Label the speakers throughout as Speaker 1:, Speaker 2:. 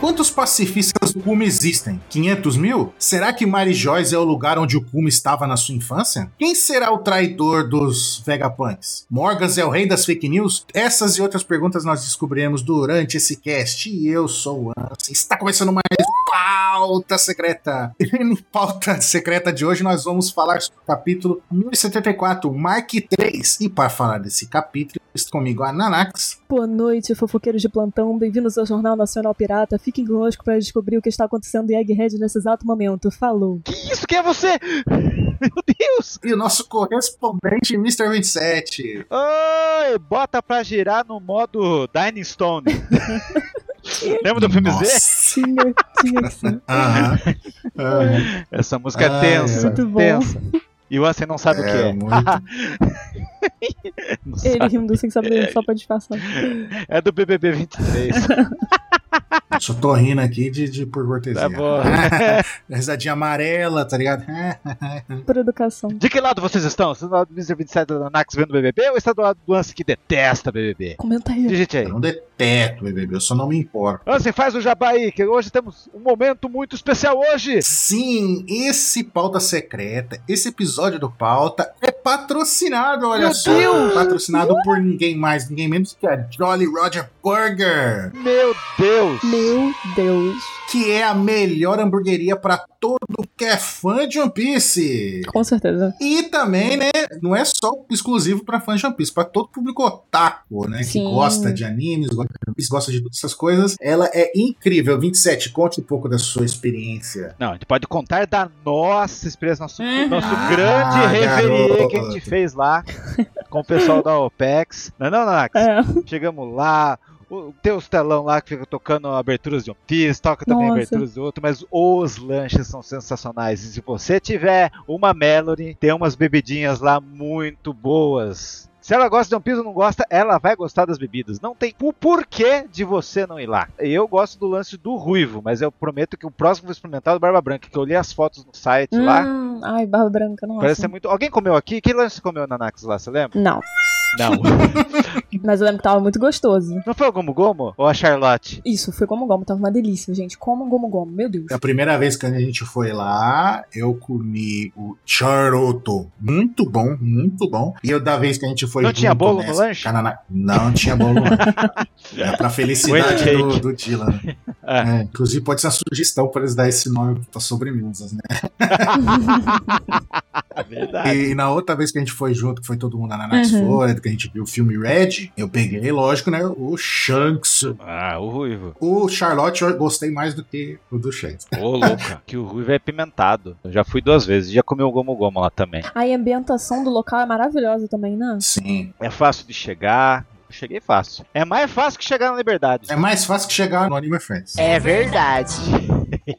Speaker 1: Quantos pacifistas do Kuma existem? 500 mil? Será que Mary Joyce é o lugar onde o Kuma estava na sua infância? Quem será o traidor dos Vegapunks? Morgans é o rei das fake news? Essas e outras perguntas nós descobriremos durante esse cast. E eu sou o Anson. Está começando mais pauta secreta. E em pauta secreta de hoje nós vamos falar sobre o capítulo 1074, Mark 3. E para falar desse capítulo, está comigo a Nanax.
Speaker 2: Boa noite, fofoqueiros de plantão. Bem-vindos ao Jornal Nacional Pirata. Fiquem conosco para descobrir o que está acontecendo em Egghead nesse exato momento. Falou.
Speaker 3: Que isso que é você? Meu Deus!
Speaker 1: E o nosso correspondente, Mr. 27.
Speaker 3: Oi, bota pra girar no modo Dining Stone. Lembra do filme
Speaker 1: Nossa.
Speaker 3: Z?
Speaker 2: Tinha, tinha sim.
Speaker 1: Aham. Aham.
Speaker 3: Essa música é
Speaker 1: Ah,
Speaker 3: tensa,
Speaker 1: é.
Speaker 2: Muito bom.
Speaker 3: tensa. E o Ansem não sabe o que
Speaker 1: É,
Speaker 3: é.
Speaker 1: muito.
Speaker 3: Não
Speaker 2: Ele
Speaker 3: sabe.
Speaker 2: rindo sem saber, só pra disfarçar.
Speaker 3: É do BBB 23.
Speaker 1: Só tô rindo aqui de, de por cortesia.
Speaker 3: Tá bom.
Speaker 1: Risadinha amarela, tá ligado?
Speaker 2: Por educação.
Speaker 3: De que lado vocês estão? Vocês estão do lado do Mr. 27 da Nax vendo BBB ou está do lado do Ansem que detesta BBB?
Speaker 2: Comenta aí.
Speaker 3: Digite aí.
Speaker 1: Eu não detesto, BBB, eu só não me importo.
Speaker 3: Ansem, faz o jabá aí, que hoje temos um momento muito especial hoje.
Speaker 1: Sim, esse pauta secreta, esse episódio do pauta é patrocinado, olha
Speaker 3: Meu
Speaker 1: só.
Speaker 3: Deus!
Speaker 1: Patrocinado por ninguém mais, ninguém menos que a Jolly Roger Burger,
Speaker 3: Meu Deus.
Speaker 2: Meu Deus.
Speaker 1: que é a melhor hamburgueria para todo que é fã de One Piece.
Speaker 2: Com certeza.
Speaker 1: E também, né, não é só exclusivo pra fãs de One Piece, pra todo público otaku, né,
Speaker 2: Sim.
Speaker 1: que gosta de animes, gosta de One Piece, gosta de todas essas coisas. Ela é incrível. 27, conte um pouco da sua experiência.
Speaker 3: Não, a gente pode contar da nossa experiência, nosso,
Speaker 2: Uhum.
Speaker 3: nosso
Speaker 1: Ah,
Speaker 3: grande reverie que a gente
Speaker 1: garoto.
Speaker 3: fez lá com o pessoal da OPEX. Não, é não, Nax.
Speaker 2: É.
Speaker 3: Chegamos lá, o- tem os telão lá que fica tocando aberturas de One Piece, toca também
Speaker 2: Nossa.
Speaker 3: aberturas de outro, mas os lanches são sensacionais. E se você tiver uma Melody, tem umas bebidinhas lá muito boas. Se ela gosta de One Piece ou não gosta, ela vai gostar das bebidas. Não tem o porquê de você não ir lá. Eu gosto do lance do ruivo, mas eu prometo que o próximo que eu vou experimentar é o Barba Branca, que eu li as fotos no site lá.
Speaker 2: Hum, ai, barba branca, nossa.
Speaker 3: Parece é ser muito. Alguém comeu aqui? Que lanche comeu na Nax lá, você lembra?
Speaker 2: Não,
Speaker 3: Não.
Speaker 2: mas eu lembro que tava muito gostoso.
Speaker 3: não foi o Gomo Gomo ou a Charlotte?
Speaker 2: Isso, foi como gomo, tava uma delícia, gente. Como gomo gomo, meu Deus.
Speaker 3: É.
Speaker 1: A primeira vez que a gente foi lá, eu comi o charuto. Muito bom, muito bom. E eu, da vez que a gente foi
Speaker 3: Não
Speaker 1: junto
Speaker 3: tinha bolo no
Speaker 1: nessa-
Speaker 3: lanche?
Speaker 1: Canana- Não tinha bolo no lanche. É pra felicidade
Speaker 3: Wait,
Speaker 1: do,
Speaker 3: cake.
Speaker 1: do Dylan.
Speaker 3: É.
Speaker 1: É, inclusive, pode ser uma sugestão pra eles dar esse nome pra sobremesas, né?
Speaker 3: É Verdade.
Speaker 1: E, na outra vez que a gente foi junto, que foi todo mundo na Nanax
Speaker 2: Uhum.
Speaker 1: Florida, que a gente viu o filme Red, eu peguei, lógico, né? O Shanks.
Speaker 3: Ah, o Ruivo.
Speaker 1: O Charlotte eu gostei mais do que o do Shanks.
Speaker 3: Ô, louca. que o Ruivo é pimentado. Eu já fui duas vezes. Já comi o Gomo Gomo lá também.
Speaker 2: Aí a ambientação do local é maravilhosa também, né?
Speaker 1: Sim.
Speaker 3: É fácil de chegar. Eu Cheguei fácil. É mais fácil que chegar na liberdade.
Speaker 1: É mais fácil que chegar no Anime Friends.
Speaker 3: É verdade.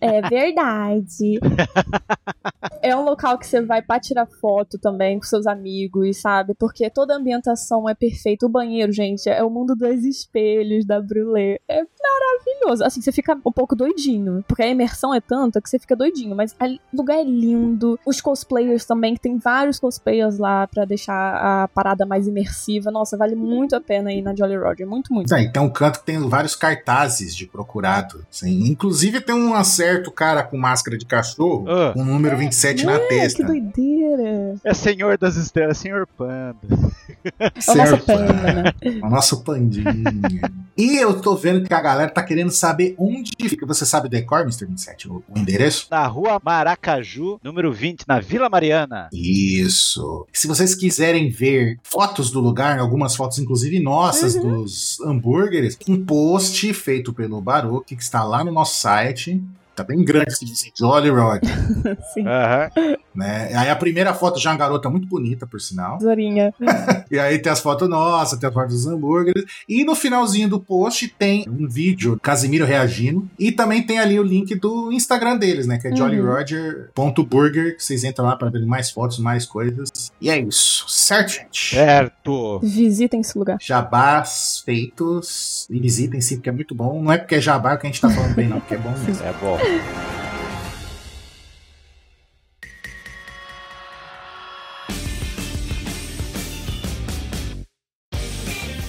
Speaker 2: É verdade. é um local que você vai pra tirar foto também com seus amigos, sabe? Porque toda a ambientação é perfeita. O banheiro, gente, é o mundo dos espelhos, da brulé. É maravilhoso. Assim, você fica um pouco doidinho. Porque a imersão é tanta que você fica doidinho. Mas ali- o lugar é lindo. Os cosplayers também, que tem vários cosplayers lá pra deixar a parada mais imersiva. Nossa, vale muito a pena ir na Jolly Roger. Muito, muito.
Speaker 1: Tá, e tem um canto que tem vários cartazes de procurado. Sim. Inclusive tem um acerto cara com máscara de cachorro
Speaker 3: Ah.
Speaker 1: com o número 27 na
Speaker 2: É, que
Speaker 1: testa.
Speaker 2: doideira.
Speaker 3: É senhor das estrelas, senhor panda.
Speaker 2: É o nosso
Speaker 1: Certo. é
Speaker 2: panda, né?
Speaker 1: O nosso pandinha. e eu tô vendo que a galera tá querendo saber onde fica. Você sabe o decor, Mr. 27? O o endereço?
Speaker 3: Na rua Maracaju, número 20, na Vila Mariana.
Speaker 1: Isso. Se vocês quiserem ver fotos do lugar, algumas fotos, inclusive nossas, dos hambúrgueres, um post feito pelo Baruch, que está lá no nosso site. Tá bem grande esse diz Jolly Roger,
Speaker 2: Sim.
Speaker 3: Aham.
Speaker 1: né? Aí a primeira foto já é uma garota muito bonita, por sinal.
Speaker 2: Zorinha.
Speaker 1: E aí tem as fotos nossas, tem as fotos dos hambúrgueres. E no finalzinho do post tem um vídeo, Casimiro reagindo. E também tem ali o link do Instagram deles, né? Que é
Speaker 2: Uhum.
Speaker 1: jollyroger.burger. Que vocês entram lá pra ver mais fotos, mais coisas. E é isso. Certo, gente?
Speaker 3: É. Certo.
Speaker 2: Visitem esse lugar.
Speaker 1: Jabás feitos. E visitem sim, porque é muito bom. Não é porque é jabá que a gente tá falando bem, não, porque é bom mesmo.
Speaker 3: É bom.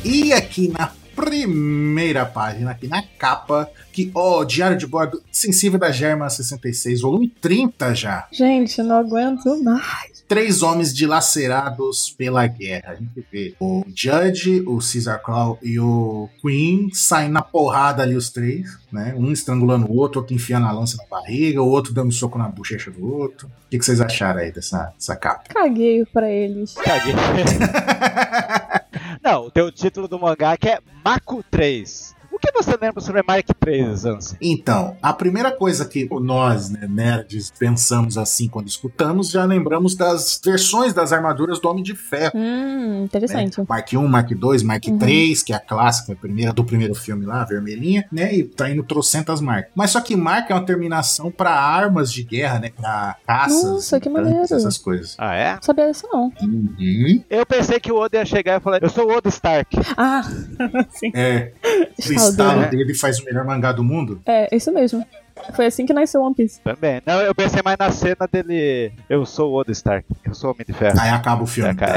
Speaker 1: E aqui na primeira página, aqui na capa, que, ó, Diário de Bordo Sensível da Germa 66, volume 30 já.
Speaker 2: Gente, não aguento mais.
Speaker 1: Três homens dilacerados pela guerra. A gente vê o Judge, o Caesar Claw e o Queen saindo na porrada ali os três, né? Um estrangulando o outro, outro enfiando a lança na barriga, o outro dando um soco na bochecha do outro. O que, que vocês acharam aí dessa, dessa capa?
Speaker 2: Caguei pra eles.
Speaker 3: Caguei. Não, tem o título do mangá que é Mako 3. O que você lembra sobre Mark 3, Anson?
Speaker 1: Então, a primeira coisa que nós, né, nerds, pensamos assim quando escutamos, já lembramos das versões das armaduras do Homem de Ferro.
Speaker 2: Hum, interessante.
Speaker 1: né? Mark 1, Mark 2, Mark
Speaker 2: Uhum.
Speaker 1: 3, que é a clássica, a primeira do primeiro filme lá, a vermelhinha, né? E tá indo trocentas marcas. Mas só que marca é uma terminação pra armas de guerra, né? Pra caças,
Speaker 2: Nossa, que
Speaker 1: tanques,
Speaker 2: maneiro.
Speaker 1: essas coisas.
Speaker 3: Ah, é?
Speaker 2: Não sabia disso, não.
Speaker 1: Uhum.
Speaker 3: Eu pensei que o Oda ia chegar e falar: Eu sou o Oda Stark.
Speaker 2: Ah, sim.
Speaker 1: É, o
Speaker 2: Saudade.
Speaker 1: estalo dele faz o melhor mangá do mundo.
Speaker 2: É, isso mesmo. Foi assim que nasceu One Piece.
Speaker 3: Também. Não, eu pensei mais na cena dele: Eu sou o Oda Stark. Eu sou o Homem de Ferro.
Speaker 1: Aí acaba o filme.
Speaker 3: É, cara,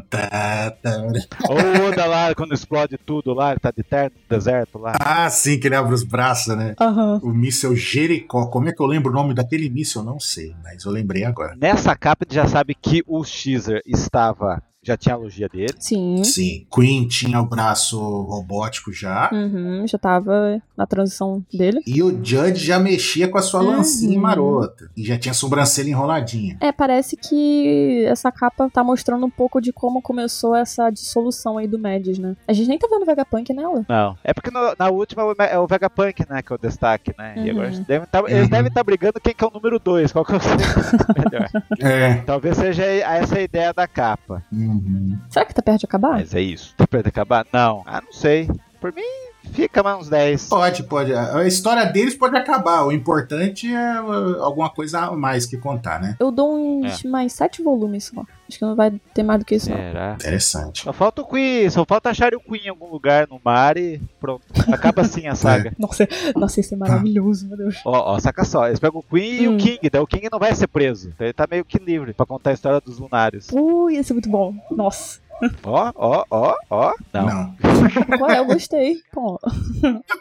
Speaker 1: Tá, tá, tá.
Speaker 3: Ou o Oda lá, quando explode tudo lá, que tá de terno no deserto lá.
Speaker 1: Ah, sim, que ele abre os braços, né?
Speaker 2: Aham.
Speaker 1: O míssel Jericó. Como é que eu lembro o nome daquele míssel? Eu não sei, mas eu lembrei agora.
Speaker 3: Nessa capa, ele já sabe que o Caesar estava. Já tinha a logia dele.
Speaker 2: Sim.
Speaker 1: Sim, Queen tinha o braço robótico já.
Speaker 2: Uhum, já tava na transição dele.
Speaker 1: E o Judge já mexia com a sua
Speaker 2: Uhum.
Speaker 1: lancinha marota. E já tinha a sobrancelha enroladinha.
Speaker 2: É, parece que essa capa tá mostrando um pouco de como começou essa dissolução aí do Madis, né? A gente nem tá vendo Vegapunk nela.
Speaker 3: Não. É porque no- na última é o- é o Vegapunk, né? Que é o destaque, né? E agora
Speaker 2: Uhum.
Speaker 3: eles devem tá, eles
Speaker 1: Uhum.
Speaker 3: devem estar brigando quem que é o número 2. Qual que é o segundo melhor?
Speaker 1: É.
Speaker 3: Talvez seja essa a ideia da capa.
Speaker 1: Uhum.
Speaker 2: Será que tá perto de acabar?
Speaker 3: Mas é isso. Tá perto de acabar? Não. Ah, não sei. Por mim, fica mais uns 10.
Speaker 1: Pode, pode. A história deles pode acabar. O importante é uh, alguma coisa a mais que contar, né?
Speaker 2: Eu dou uns mais sete volumes só. Acho que não vai ter mais do que isso, não.
Speaker 3: Será?
Speaker 1: Interessante.
Speaker 3: Só falta o Queen, só falta achar o Queen em algum lugar no mar e pronto. Acaba assim a saga.
Speaker 2: Nossa, nossa, isso é maravilhoso, meu Deus.
Speaker 3: Ó, ó, saca só, eles pegam o Queen e
Speaker 2: Hum.
Speaker 3: o King, daí o King não vai ser preso. Então ele tá meio que livre pra contar a história dos lunares.
Speaker 2: Ui, ia ser muito bom. Nossa.
Speaker 3: Ó, ó, ó, ó. Não.
Speaker 2: Qual é? Eu gostei. Pô,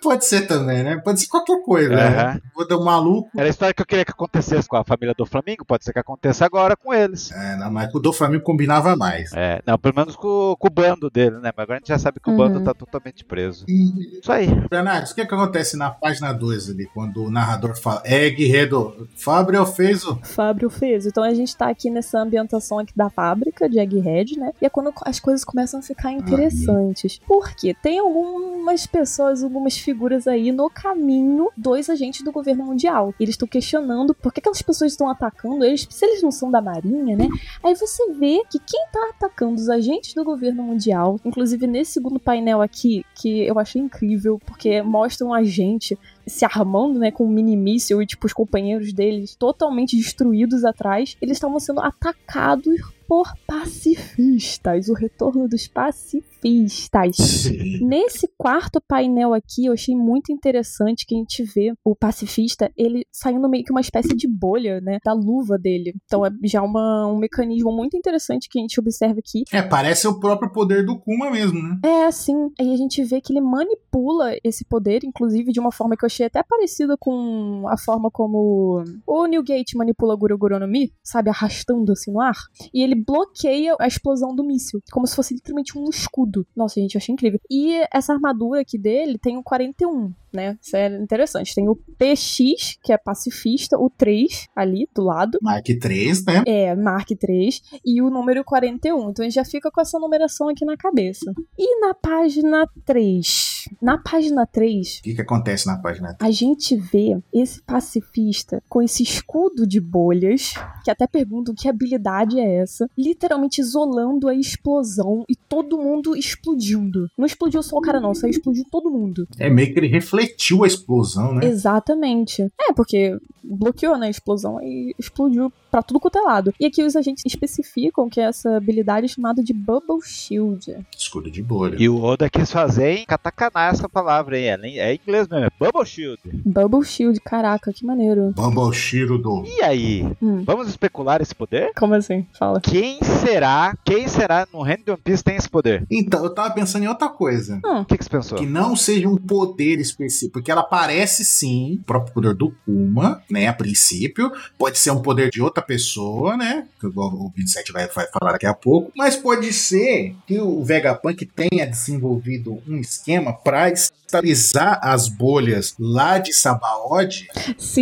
Speaker 1: Pode ser também, né? Pode ser qualquer
Speaker 2: É.
Speaker 1: coisa, né?
Speaker 3: Aham.
Speaker 1: Vou dar um maluco.
Speaker 3: Era a história que eu queria que acontecesse com a família do Flamengo, pode ser que aconteça agora com eles.
Speaker 1: É, não, mas o do Flamengo combinava mais.
Speaker 3: É, não, pelo menos com, com o bando dele, né? Mas agora a gente já sabe que o
Speaker 2: Uhum.
Speaker 3: bando tá totalmente preso.
Speaker 1: E,
Speaker 3: Isso aí.
Speaker 1: Bernardo, o que, é que acontece na página 2 ali, quando o narrador fala Egghead, Fábio fez o.
Speaker 2: Fábio fez. Então a gente tá aqui nessa ambientação aqui da fábrica de Egghead, né? E é quando as coisas começam a ficar interessantes. Porque tem algumas pessoas, algumas figuras aí no caminho dois agentes do governo mundial. Eles estão questionando por que aquelas pessoas estão atacando eles, se eles não são da marinha, né? Aí você vê que quem tá atacando os agentes do governo mundial, inclusive nesse segundo painel aqui, que eu achei incrível, porque mostra um agente se armando, né, com um mini míssil e, tipo, os companheiros deles totalmente destruídos atrás, eles estavam sendo atacados por pacifistas. O retorno dos pacifistas.
Speaker 1: Sim.
Speaker 2: Nesse quarto painel aqui, eu achei muito interessante que a gente vê o pacifista, ele saindo meio que uma espécie de bolha, né, da luva dele. Então é já uma- um mecanismo muito interessante que a gente observa aqui.
Speaker 1: É, parece o próprio poder do Kuma mesmo, né?
Speaker 2: É, assim, aí a gente vê que ele manipula esse poder, inclusive de uma forma que eu achei até parecida com a forma como o Newgate manipula Guru Guru no Mi, sabe, arrastando assim no ar. E ele bloqueia a explosão do míssil, como se fosse literalmente um escudo. Nossa, gente, eu achei incrível. E essa armadura aqui dele tem o 41, né? Isso é interessante. Tem o PX, que é pacifista, o 3 ali do lado.
Speaker 1: Mark 3, né?
Speaker 2: É, Mark 3 e o número 41. Então a gente já fica com essa numeração aqui na cabeça. E na página 3? Na página 3,
Speaker 1: O que, que acontece na página?
Speaker 2: a gente vê esse pacifista com esse escudo de bolhas, que até perguntam que habilidade é essa, literalmente isolando a explosão e todo mundo explodindo. Não explodiu só o cara, não, só explodiu todo mundo.
Speaker 1: É meio que ele refletiu a explosão, né?
Speaker 2: Exatamente. É, porque bloqueou né, a explosão e explodiu pra tudo quanto é lado. E aqui os agentes especificam que essa habilidade é chamada de Bubble Shield.
Speaker 1: Escudo de bolha.
Speaker 3: E o Oda quis fazer em katakaná essa palavra aí. ela em- É em inglês mesmo, é Bubble Shield.
Speaker 2: Bubble Shield, caraca, que maneiro.
Speaker 1: Bamboshiro do.
Speaker 3: E aí?
Speaker 2: Hum.
Speaker 3: Vamos especular esse poder?
Speaker 2: Como assim? Fala.
Speaker 3: Que Quem será? Quem será no reino de One Piece tem esse poder?
Speaker 1: Então, eu tava pensando em outra coisa.
Speaker 3: O que, que você pensou?
Speaker 1: Que não seja um poder específico. Porque ela parece sim, o próprio poder do Kuma, né? A princípio. Pode ser um poder de outra pessoa, né? Que o- o 27 vai, vai falar daqui a pouco. Mas pode ser que o Vegapunk tenha desenvolvido um esquema para estabilizar as bolhas lá de Sabaody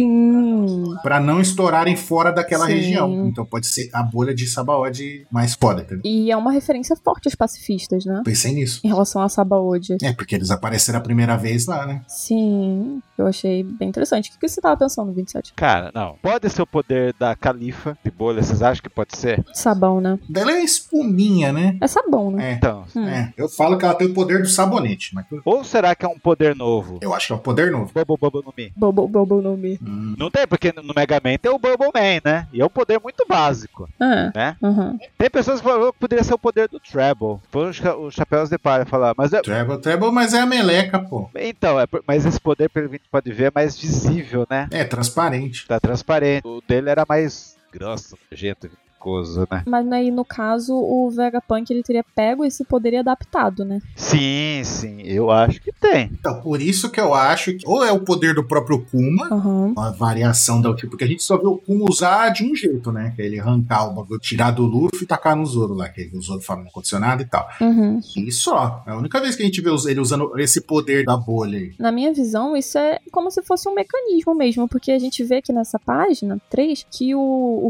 Speaker 2: Sim.
Speaker 1: para não estourarem fora daquela
Speaker 2: Sim.
Speaker 1: região. Então pode ser a bolha de Sabaody mais foda, entendeu?
Speaker 2: E é uma referência forte aos pacifistas, né?
Speaker 1: Pensei nisso.
Speaker 2: Em relação a Sabaody.
Speaker 1: É, porque eles apareceram a primeira vez lá, né?
Speaker 2: Sim, eu achei bem interessante. O que que você tava pensando, 27?
Speaker 3: Cara, não. Pode ser o poder da califa de bolha, vocês acham que pode ser?
Speaker 2: Sabão, né?
Speaker 1: Ela é espuminha, né?
Speaker 2: É sabão, né?
Speaker 1: É.
Speaker 3: Então.
Speaker 2: Hum.
Speaker 1: É, eu falo que ela tem o poder do sabonete, mas eu-
Speaker 3: Ou será que é um poder novo?
Speaker 1: eu acho que é um poder novo.
Speaker 3: Bobo Bobo no Mi.
Speaker 2: Bobo, bobo no Mi.
Speaker 1: Hum.
Speaker 3: Não tem, porque no Mega Man tem o Bobo Man, né? E é um poder muito básico.
Speaker 2: Ah,
Speaker 3: Né?
Speaker 2: aham.
Speaker 3: Tem pessoas que falaram que poderia ser o poder do Treble. Foram os, cha- os chapéus de palha falar, mas é-
Speaker 1: Treble, treble, mas é a meleca, pô.
Speaker 3: Então, é por- mas esse poder, pelo que a gente pode ver, é mais visível, né?
Speaker 1: É transparente.
Speaker 3: Tá transparente. O dele era mais grosso, nojento, viscoso, né?
Speaker 2: Mas aí, no caso, o Vegapunk ele teria pego esse poder e adaptado, né?
Speaker 3: Sim, sim, eu acho que tem.
Speaker 1: Então, por isso que eu acho que ou é o poder do próprio Kuma,
Speaker 2: Aham.
Speaker 1: uma variação da tipo, porque a gente só viu o Kuma usar de um jeito, né? Que é ele arrancar o bagulho, tirar do Luffy e tacar no Zoro lá, que o Zoro fala não aconteceu nada e tal.
Speaker 2: Uhum.
Speaker 1: E só. É a única vez que a gente vê ele usando esse poder da bolha aí.
Speaker 2: Na minha visão, isso é como se fosse um mecanismo mesmo, porque a gente vê aqui nessa página 3 que o,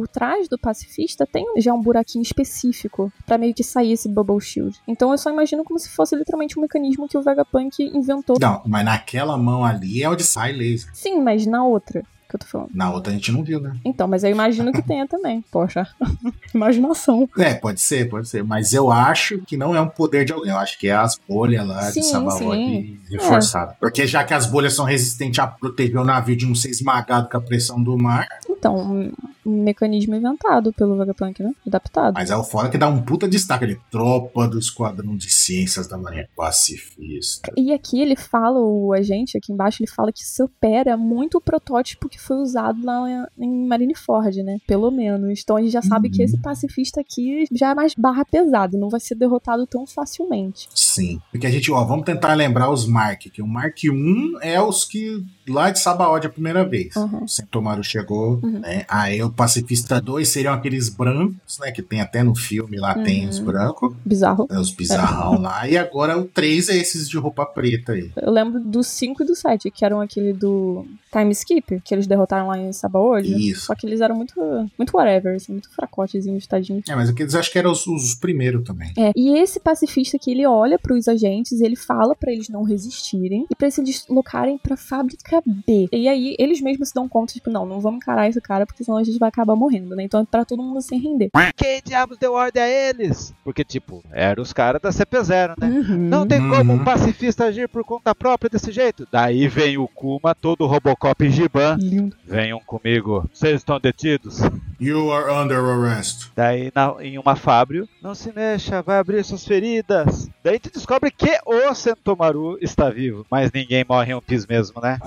Speaker 2: o trás do pacifista tem já um buraquinho específico pra meio que sair esse Bubble Shield. Então eu só imagino como se fosse literalmente um mecanismo que o Vegapunk inventou.
Speaker 1: Não, mas naquela mão ali é onde sai laser.
Speaker 2: Sim, mas na outra que eu tô falando.
Speaker 1: Na outra a gente não viu, né?
Speaker 2: Então, mas eu imagino que tenha também. Poxa, imaginação.
Speaker 1: É, pode ser, pode ser. Mas eu acho que não é um poder de alguém. Eu acho que é as bolhas lá
Speaker 2: Sim, É.
Speaker 1: de Sabaody
Speaker 2: sim.
Speaker 1: reforçadas. Porque já que as bolhas são resistentes a proteger o navio de não ser esmagado com a pressão do mar,
Speaker 2: Então, um, um mecanismo inventado pelo Vegapunk, né? Adaptado.
Speaker 1: mas é o fora que dá um puta destaque ali. Tropa do Esquadrão de Ciências da Marinha Pacifista.
Speaker 2: E aqui ele fala, o agente aqui embaixo, ele fala que supera muito o protótipo que foi usado lá em Marineford, né? Pelo menos. Então a gente já sabe
Speaker 1: Uhum.
Speaker 2: que esse pacifista aqui já é mais barra pesado, não vai ser derrotado tão facilmente.
Speaker 1: Sim. Porque a gente, ó, vamos tentar lembrar os Mark, que o Mark 1 é os que lá de Sabaody a primeira vez.
Speaker 2: Uhum.
Speaker 1: O Sentomaru chegou,
Speaker 2: Uhum.
Speaker 1: né? Aí o Pacifista 2 seriam aqueles brancos, né? Que tem até no filme lá, tem
Speaker 2: Uhum.
Speaker 1: os brancos.
Speaker 2: Bizarro.
Speaker 1: É os bizarrão lá. E agora o 3 é esses de roupa preta aí.
Speaker 2: Eu lembro dos 5 e do 7, que eram aquele do Time Skip, que eles derrotaram lá em Sabaody.
Speaker 1: Isso.
Speaker 2: Só que eles eram muito, muito whatever, assim, muito fracotezinhos, tadinhos.
Speaker 1: É, mas aqueles acho que eram os, os primeiros também.
Speaker 2: É, e esse pacifista que ele olha pros agentes, ele fala pra eles não resistirem e pra se deslocarem pra fábrica B. E aí eles mesmos se dão conta, tipo, não, não vamos encarar esse cara porque senão a gente vai acabar morrendo, né? Então é pra todo mundo sem render.
Speaker 3: Quem diabos deu ordem a eles? Porque, tipo, eram os caras da CP0, né? Não tem
Speaker 1: Uhum.
Speaker 3: como um pacifista agir por conta própria desse jeito. Daí vem o Kuma, todo Robocop Giban.
Speaker 2: Lindo.
Speaker 3: Venham comigo, vocês estão detidos.
Speaker 1: You are under arrest.
Speaker 3: Daí na- em uma fábio, não se mexa, vai abrir suas feridas. Daí a gente descobre que o Sentomaru está vivo, mas ninguém morre em um piso mesmo, né?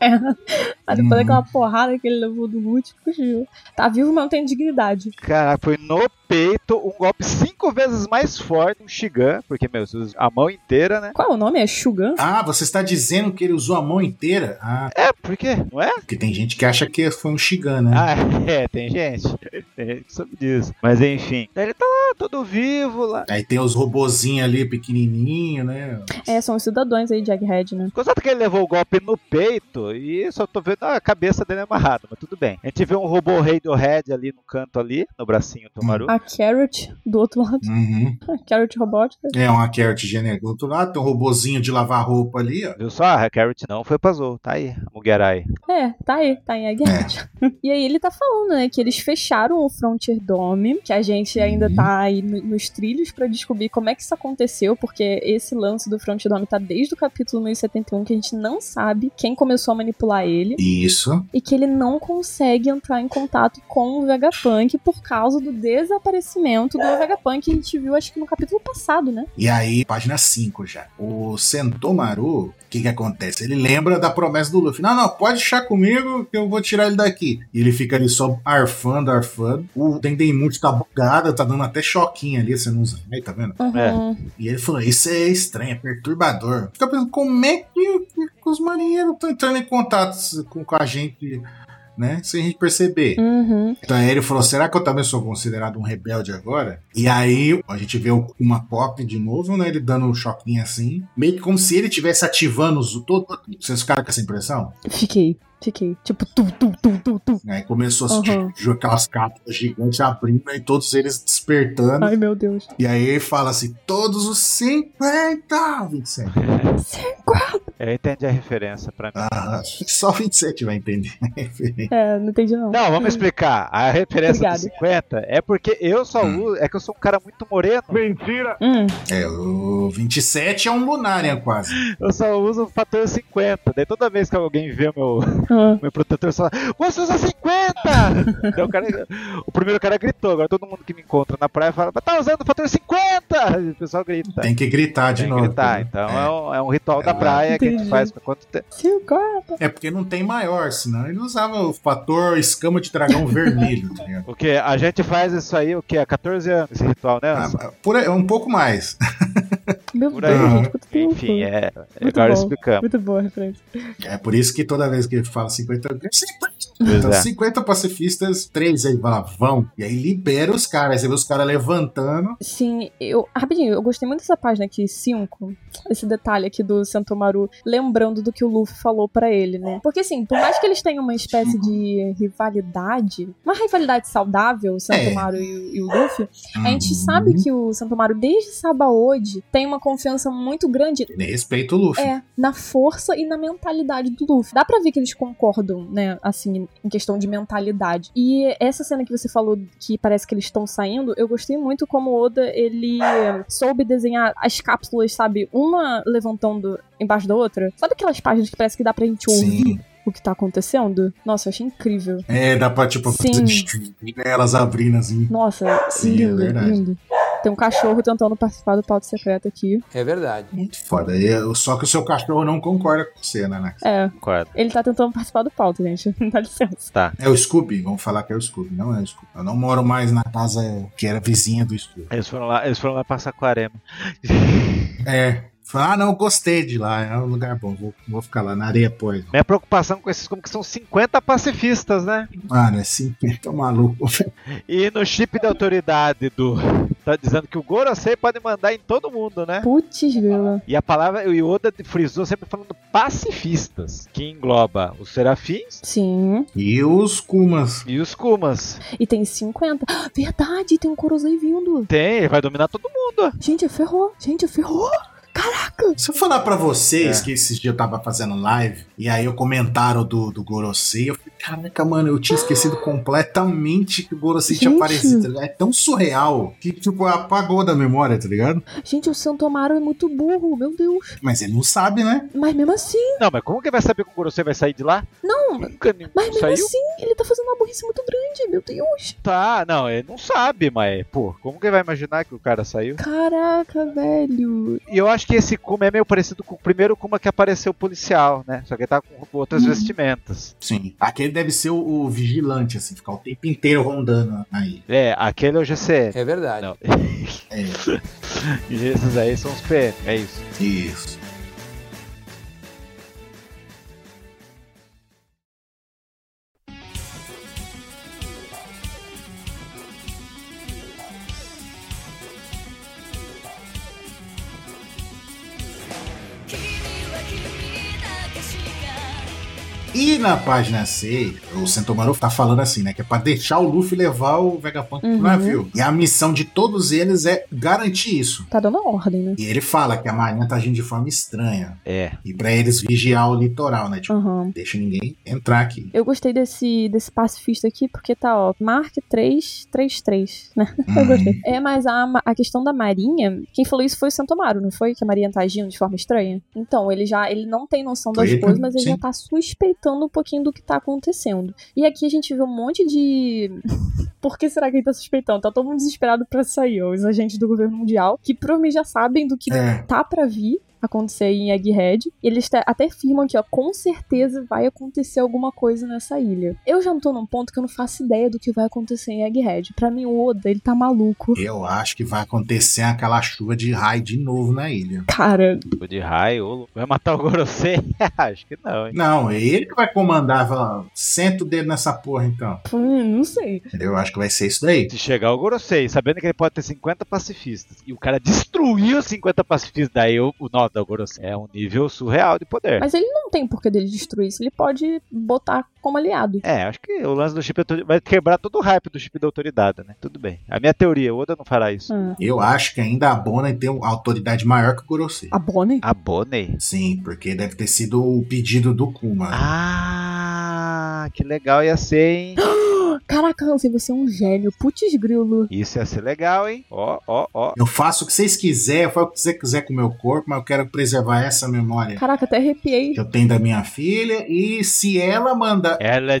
Speaker 2: É. Aí depois
Speaker 1: Uhum.
Speaker 2: daquela porrada que ele levou do Lute, fugiu. Tá vivo, mas não tem dignidade.
Speaker 3: Cara, foi no peito, um golpe cinco vezes mais forte, um Shigan, porque, meu, você usa a mão inteira, né?
Speaker 2: Qual é o nome? É Shugan?
Speaker 1: Ah, você está dizendo que ele usou a mão inteira? Ah,
Speaker 3: É, por quê? Não é?
Speaker 1: porque tem gente que acha que foi um Shigan, né?
Speaker 3: Ah, é, tem gente. Tem gente que soube disso. Mas enfim. Daí ele tá lá, todo vivo lá.
Speaker 1: Aí tem os robozinhos ali, pequenininho, né?
Speaker 2: É, são os cidadãos aí de Egghead, né?
Speaker 3: Constato que ele levou o golpe no peito e só tô vendo a cabeça dele é amarrada, mas tudo bem. A gente vê um robô Radiohead ali no canto ali, no bracinho do Maru.
Speaker 2: A Carrot, do outro lado.
Speaker 1: Uhum.
Speaker 2: Carrot Robótica.
Speaker 1: É uma Carrot Jenner do outro lado, tem um robozinho de lavar roupa ali, ó.
Speaker 3: Viu só? A Carrot não foi pra Zou. Tá aí, a Mugerai.
Speaker 2: É, tá aí, tá em Egghead. E aí ele tá falando, né, que eles fecharam o Frontier Dome, que a gente ainda tá aí no- nos trilhos pra descobrir como é que isso aconteceu, porque esse lance do Front Dome tá desde o capítulo 1071 que a gente não sabe quem começou a manipular ele
Speaker 1: Isso.
Speaker 2: e que ele não consegue entrar em contato com o Vegapunk por causa do desaparecimento do Vegapunk que a gente viu acho que no capítulo passado, né?
Speaker 1: E aí, página 5 já. O Sentomaru, o que que acontece? Ele lembra da promessa do Luffy. Não, não, pode deixar comigo que eu vou tirar ele daqui. E ele fica ali só arfando, arfando. O Dendemuth tá bugado, tá dando até choquinho ali, você não usa. Aí, tá vendo?
Speaker 2: Uhum.
Speaker 1: E ele falou: Isso é estranho, é perturbador. Fica pensando: como é que os marinheiros estão entrando em contato com, com a gente, né? Sem a gente perceber.
Speaker 2: Uhum.
Speaker 1: Então aí ele falou: será que eu também sou considerado um rebelde agora? E aí a gente vê o uma pop de novo, né? Ele dando um choquinho assim. Meio que como se ele estivesse ativando os. Todo... Vocês ficaram com essa impressão?
Speaker 2: Fiquei, fiquei. Tipo, tu, tu, tu, tu, tu.
Speaker 1: Aí começou a
Speaker 2: Uhum.
Speaker 1: se jogar as cápsulas gigantes abrindo e todos eles despertando.
Speaker 2: Ai, meu Deus.
Speaker 1: E aí ele fala assim: todos os 50, 27.
Speaker 3: Uhum. Eu entendi a referência pra mim.
Speaker 1: Ah, só 27 vai entender.
Speaker 2: É, não entendi não.
Speaker 3: Não, vamos explicar. A referência
Speaker 2: Obrigada.
Speaker 3: dos 50 é porque eu só
Speaker 1: Hum.
Speaker 3: uso. É que eu sou um cara muito moreno.
Speaker 2: Hum,
Speaker 1: É, o 27 é um Lunarian quase.
Speaker 3: Eu só uso o fator 50. Daí toda vez que alguém vê o meu,
Speaker 2: ah.
Speaker 3: meu protetor, só você usa 50! Daí o, cara- o primeiro cara gritou, agora todo mundo que me encontra na praia fala, tá usando o fator 50! E o pessoal grita.
Speaker 1: Tem que gritar de
Speaker 3: Tá. Tem que
Speaker 1: novo.
Speaker 3: gritar. Então é, um, é um ritual da
Speaker 1: É.
Speaker 3: praia que a gente
Speaker 2: Entendi.
Speaker 3: faz. Quanto tempo?
Speaker 2: Silco.
Speaker 1: É porque não tem maior, senão ele usava o fator escama de dragão vermelho, tá ligado?
Speaker 3: O que? A gente faz isso aí, o que? Há 14 anos, esse ritual, né?
Speaker 1: Ah, por aí, um pouco mais.
Speaker 2: Meu
Speaker 3: Por
Speaker 2: Deus,
Speaker 1: aí.
Speaker 2: gente, quanto tempo.
Speaker 3: Enfim, é.
Speaker 2: Muito
Speaker 3: agora
Speaker 2: bom.
Speaker 3: explicamos.
Speaker 2: Muito boa a referência.
Speaker 1: É por isso que toda vez que ele fala 50, eu- 50,
Speaker 3: Pois
Speaker 1: então,
Speaker 3: é.
Speaker 1: 50 pacifistas, três aí fala, vão. E aí libera os caras, aí você vê os caras levantando.
Speaker 2: Sim, eu. Rapidinho, eu gostei muito dessa página aqui, 5. Esse detalhe aqui do Santomaru, lembrando do que o Luffy falou pra ele, né? Porque, assim, por mais que eles tenham uma espécie de rivalidade, uma rivalidade saudável, o
Speaker 3: É.
Speaker 2: Santomaru e, o- e o Luffy, a gente sabe
Speaker 3: Uhum.
Speaker 2: que o Santomaru, desde Sabaody, tem uma confiança muito grande
Speaker 1: Ele respeita Hum, o Luffy.
Speaker 2: É, na força e na mentalidade do Luffy. Dá pra ver que eles concordam, né, assim, em questão de mentalidade. E essa cena que você falou que parece que eles estão saindo, eu gostei muito como o Oda, ele soube desenhar as cápsulas, sabe, uma levantando embaixo da outra. Sabe aquelas páginas que parece que dá pra gente ouvir
Speaker 1: Sim.
Speaker 2: o que tá acontecendo? Nossa, eu achei incrível.
Speaker 1: É, dá pra, tipo,
Speaker 2: Sim.
Speaker 1: fazer elas abrindo assim.
Speaker 2: Nossa,
Speaker 1: Sim, é
Speaker 2: lindo,
Speaker 1: verdade.
Speaker 2: lindo. Tem um cachorro tentando participar do pauta secreto aqui.
Speaker 4: É verdade.
Speaker 1: Muito foda. E, eu- Só que o seu cachorro não concorda com você, né, Naná.
Speaker 2: É,
Speaker 3: Concordo.
Speaker 2: ele tá tentando participar do pauta, gente. Dá licença.
Speaker 3: Tá.
Speaker 1: É o Scooby, vamos falar que é o Scooby, não é o Scooby. Eu não moro mais na casa que era vizinha do Scooby.
Speaker 3: Eles foram lá, eles foram lá pra Saquarema.
Speaker 1: É. Falar, ah, não, gostei de lá, é um lugar bom, vou, vou ficar lá na areia pois.
Speaker 3: Minha preocupação com esses como que são 50 pacifistas, né?
Speaker 1: Mano, é 50 maluco.
Speaker 3: E no chip de autoridade do tá dizendo que o Gorosei pode mandar em todo mundo, né?
Speaker 2: Putz, grila.
Speaker 3: E a palavra o Yoda frisou sempre falando pacifistas, que engloba os serafins
Speaker 2: Sim.
Speaker 1: E os Kumas.
Speaker 3: e os Kumas.
Speaker 2: E tem 50. Ah, Verdade, tem um Corozei vindo.
Speaker 3: Tem, ele vai dominar todo mundo.
Speaker 2: Gente, ferrou. Gente, ferrou. Caraca.
Speaker 1: Se eu falar pra vocês
Speaker 3: É.
Speaker 1: que esses dias eu tava fazendo live, e aí o comentaram do, do Gorosei, eu falei, caraca, mano, eu tinha esquecido completamente que o Gorosei tinha
Speaker 2: Gente.
Speaker 1: aparecido. tá ligado? É tão surreal que, tipo, apagou da memória, tá ligado?
Speaker 2: Gente, o Santomaro é muito burro, meu Deus.
Speaker 1: Mas ele não sabe, né?
Speaker 2: Mas mesmo assim,
Speaker 3: Não, mas como que vai saber que o Gorosei vai sair de lá?
Speaker 2: não.
Speaker 3: Nunca ninguém
Speaker 2: Mas mesmo
Speaker 3: saiu.
Speaker 2: assim, ele tá fazendo uma burrice muito grande, meu Deus.
Speaker 3: Tá, não, ele não sabe, mas pô, como que ele vai imaginar que o cara saiu?
Speaker 2: Caraca, velho.
Speaker 3: E eu acho que esse Kuma é meio parecido com o primeiro Kuma que apareceu policial, né? Só que ele tá com outras vestimentas.
Speaker 1: Sim. Aquele deve ser o, o vigilante, assim, ficar o tempo inteiro rondando aí.
Speaker 3: É, aquele é o GCL.
Speaker 4: É verdade.
Speaker 3: Não.
Speaker 1: É,
Speaker 3: E esses aí são os PM, é isso.
Speaker 1: isso. E na página 6, o Sentomaru tá falando assim, né? Que é pra deixar o Luffy levar o Vegapunk
Speaker 2: Uhum.
Speaker 1: pro navio. E a missão de todos eles é garantir isso.
Speaker 2: Tá dando ordem, né?
Speaker 1: E ele fala que a marinha tá agindo de forma estranha.
Speaker 3: É.
Speaker 1: E pra eles vigiar o litoral, né? Tipo,
Speaker 2: Aham.
Speaker 1: deixa ninguém entrar aqui.
Speaker 2: Eu gostei desse, desse pacifista aqui, porque tá, ó, Mark 333, né? Eu
Speaker 1: Uhum.
Speaker 2: gostei. É, mas a, ma- a questão da Marinha, quem falou isso foi o Santomaro, não foi? Que a Marinha tá agindo de forma estranha? Então, ele já, ele não tem noção das
Speaker 1: Foi ele,
Speaker 2: coisas, mas ele
Speaker 1: sim.
Speaker 2: já tá suspeitando um pouquinho do que tá acontecendo. E aqui a gente vê um monte de... Por que será que ele tá suspeitando? Tá todo mundo desesperado pra sair, ó, os agentes do governo mundial, que provavelmente já sabem do que
Speaker 1: É,
Speaker 2: tá pra vir acontecer em Egghead. E eles te- até afirmam que, ó, com certeza vai acontecer alguma coisa nessa ilha. Eu já não tô num ponto que eu não faço ideia do que vai acontecer em Egghead. Pra mim, o Oda, ele tá maluco.
Speaker 1: eu acho que vai acontecer aquela chuva de raio de novo na ilha.
Speaker 2: Cara,
Speaker 3: O de raio, ô, vai matar o Gorosei? Acho que não, hein?
Speaker 1: Não, é ele que vai comandar, fala, senta o dedo nessa porra então.
Speaker 2: hum, não sei.
Speaker 1: Eu acho que vai ser isso daí.
Speaker 3: Se chegar o Gorosei, sabendo que ele pode ter 50 pacifistas, e o cara destruiu os 50 pacifistas, daí o, o nó do Gorosei é um nível surreal de poder.
Speaker 2: Mas ele não tem por que dele destruir isso. Ele pode botar como aliado.
Speaker 3: É, acho que o lance do chip autori- vai quebrar todo o hype do chip da autoridade, né? Tudo bem. A minha teoria, o Oda não fará isso.
Speaker 2: Ah,
Speaker 1: Eu acho que ainda a Bona tem uma autoridade maior que o Gorosei.
Speaker 2: a Bonnie?
Speaker 1: Ah.
Speaker 3: A Bonnie.
Speaker 1: Sim, porque deve ter sido o pedido do Kuma.
Speaker 3: Ah, que legal ia ser, hein?
Speaker 2: Caraca, Hansen, você é um gênio. Putz grilo.
Speaker 3: Isso ia ser legal, hein? Ó, ó, ó.
Speaker 1: Eu faço o que vocês quiserem, eu faço o que você quiser com o meu corpo, mas eu quero preservar essa memória
Speaker 2: Caraca, até arrepiei.
Speaker 1: que eu tenho da minha filha. E se ela mandar.
Speaker 3: Ela é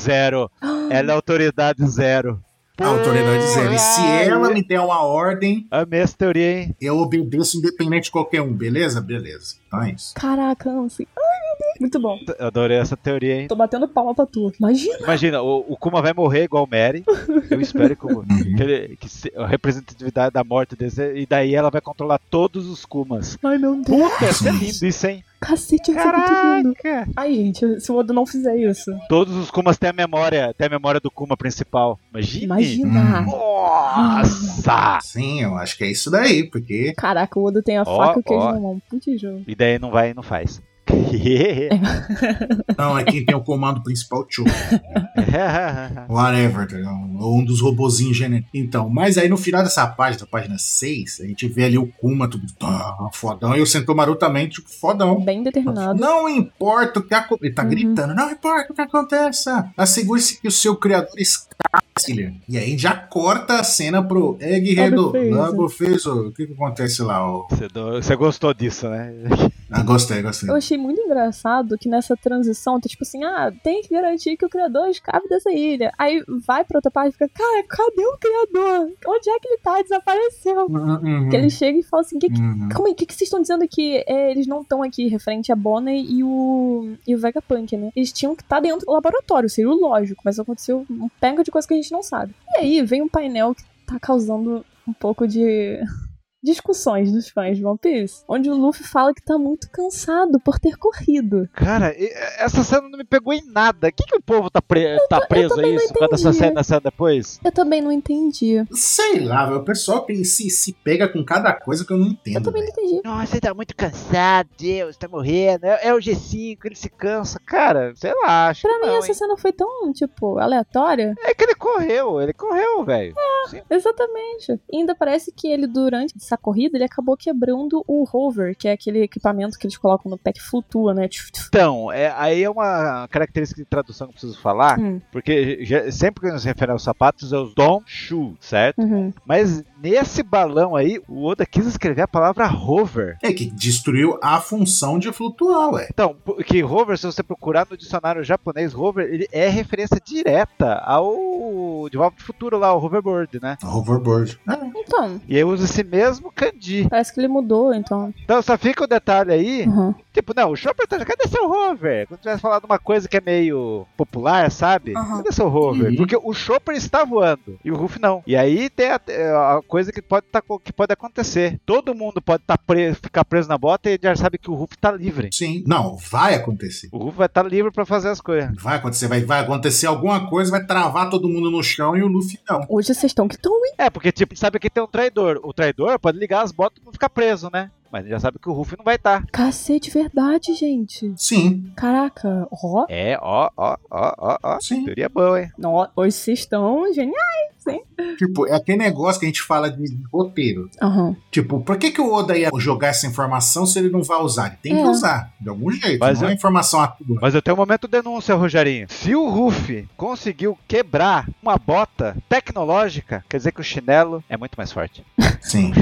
Speaker 3: zero. Ela é autoridade zero.
Speaker 1: A Ah, autoridade zero. E se ela
Speaker 3: Ai,
Speaker 1: me der uma ordem,
Speaker 3: Amei essa teoria, hein?
Speaker 1: eu obedeço independente de qualquer um, beleza? Beleza. Então é isso.
Speaker 2: Caraca, Hansen. Ai, meu Deus. Muito bom.
Speaker 3: Eu Adorei essa teoria, hein?
Speaker 2: Tô batendo palma pra tu. Imagina.
Speaker 3: Imagina, o, o Kuma vai morrer igual o Mary. Eu espero que, o- que, ele- que se- a representatividade da morte dele. E daí ela vai controlar todos os Kumas.
Speaker 2: Ai, meu Deus.
Speaker 3: Puta, isso é lindo isso, hein?
Speaker 2: Cacete, isso é muito lindo.
Speaker 3: Caraca!
Speaker 2: Ai, gente, se o Oda não fizer isso.
Speaker 3: Todos os Kumas têm a memória, têm a memória do Kuma principal. Imagine.
Speaker 2: Imagina.
Speaker 3: Hum. Nossa!
Speaker 1: Sim, eu acho que é isso daí, porque.
Speaker 2: Caraca, o Oda tem a
Speaker 3: Ó,
Speaker 2: faca e o queijo
Speaker 3: ó.
Speaker 2: na mão. Putz, jogo.
Speaker 3: E daí não vai e não faz.
Speaker 1: Não, é quem tem o comando principal, Tio. Whatever, tá ligado? Ou um dos robozinhos gênero. Então, mas aí no final dessa página, página 6, a gente vê ali o Kuma, tudo ah, fodão, e o Sentomaru também, tipo, fodão.
Speaker 2: Bem determinado.
Speaker 1: Não importa o que acontece. Ele tá
Speaker 2: Uhum.
Speaker 1: gritando, não importa o que aconteça. Assegure-se que o seu criador escape. Leon." E aí já corta a cena pro Egghead.
Speaker 2: Logo fez.
Speaker 1: Logo fez o. O que, que acontece lá? ó?
Speaker 3: Você do- Você gostou disso, né?
Speaker 1: Ah, gostei, gostei.
Speaker 2: Eu achei muito engraçado que nessa transição, tá tipo assim, ah, tem que garantir que o criador escape dessa ilha. Aí vai pra outra parte e fica, cara, cadê o criador? Onde é que ele tá? Desapareceu.
Speaker 1: Uhum,
Speaker 2: Que ele chega e fala assim, que, que-
Speaker 1: uhum.
Speaker 2: Calma aí, o que, que vocês estão dizendo aqui? É, eles não estão aqui, referente a Bonnie e o, e o Vegapunk, né? Eles tinham que estar dentro do laboratório, seria o lógico, mas aconteceu um penca de coisa que a gente não sabe. E aí vem um painel que tá causando um pouco de. Discussões dos fãs de One Piece, onde o Luffy fala que tá muito cansado por ter corrido.
Speaker 3: Cara, e- essa cena não me pegou em nada. O que, que o povo tá, pre- tá preso a
Speaker 2: também não
Speaker 3: isso? Quando essa
Speaker 2: entendi.
Speaker 3: cena sai depois?
Speaker 2: Eu também não entendi.
Speaker 1: Sei lá, velho, o pessoal tem, se, se pega com cada coisa que eu não entendo.
Speaker 2: Eu também não
Speaker 1: velho.
Speaker 2: entendi.
Speaker 3: Nossa, ele tá muito cansado, Deus, tá morrendo. É, é o G5, ele se cansa. Cara, sei lá, acho
Speaker 2: Pra
Speaker 3: que
Speaker 2: mim,
Speaker 3: não,
Speaker 2: essa
Speaker 3: hein.
Speaker 2: cena foi tão, tipo, aleatória.
Speaker 3: É que ele correu, ele correu, velho.
Speaker 2: Exatamente. E ainda parece que ele, durante essa corrida, ele acabou quebrando o rover, que é aquele equipamento que eles colocam no pé que flutua, né? Tchuf, tchuf.
Speaker 3: Então, é- aí é uma característica de tradução que eu preciso falar,
Speaker 2: Hum.
Speaker 3: porque já- sempre que nos referimos aos sapatos é os Don Shoe, certo?
Speaker 2: Uhum.
Speaker 3: Mas nesse balão aí, o Oda quis escrever a palavra rover.
Speaker 1: É que destruiu a função de flutuar, ué.
Speaker 3: Então, que rover, se você procurar no dicionário japonês, rover, ele é referência direta ao De Volta pro Futuro lá, o hoverboard, né?
Speaker 1: Hoverboard. Ah,
Speaker 2: Então,
Speaker 3: E aí usa esse mesmo kanji.
Speaker 2: parece que ele mudou, então.
Speaker 3: Então só fica o detalhe aí,
Speaker 2: Uhum.
Speaker 3: tipo, não, o Chopper tá cadê seu rover? Quando tivesse falado uma coisa que é meio popular, sabe?
Speaker 2: Aham.
Speaker 3: Cadê seu rover?
Speaker 1: Uhum.
Speaker 3: Porque o Chopper está voando e o Ruff não. E aí tem a, a coisa que pode, tá, co- que pode acontecer. Todo mundo pode tá preso, ficar preso na bota e já sabe que o Ruff tá livre.
Speaker 1: sim. Não, vai acontecer.
Speaker 3: O Ruff vai estar livre pra fazer as coisas.
Speaker 1: Vai acontecer, vai, vai acontecer alguma coisa, vai travar todo mundo no chão e o Luffy não.
Speaker 2: Hoje vocês estão que estão, hein?
Speaker 3: É, porque, tipo, sabe que tem um traidor. O traidor pode ligar as botas e não ficar preso, né? Mas a gente já sabe que o Ruff não vai tá. estar.
Speaker 2: Cacete, verdade, gente.
Speaker 1: Sim,
Speaker 2: Caraca, ó.
Speaker 3: É, ó, ó, ó, ó, ó.
Speaker 1: Sim.
Speaker 3: Teoria boa, hein?
Speaker 2: Nó- Hoje vocês estão geniais.
Speaker 1: tipo, é aquele negócio que a gente fala de roteiro.
Speaker 2: Aham.
Speaker 1: Tipo, por que, que o Oda ia jogar essa informação se ele não vai usar? Ele tem que
Speaker 2: É.
Speaker 1: usar, de algum jeito.
Speaker 3: Mas
Speaker 1: não é informação à toa.
Speaker 3: Mas eu tenho um momento denúncia, Rogerinho. Se o Ruff conseguiu quebrar uma bota tecnológica, quer dizer que o chinelo é muito mais forte.
Speaker 1: Sim.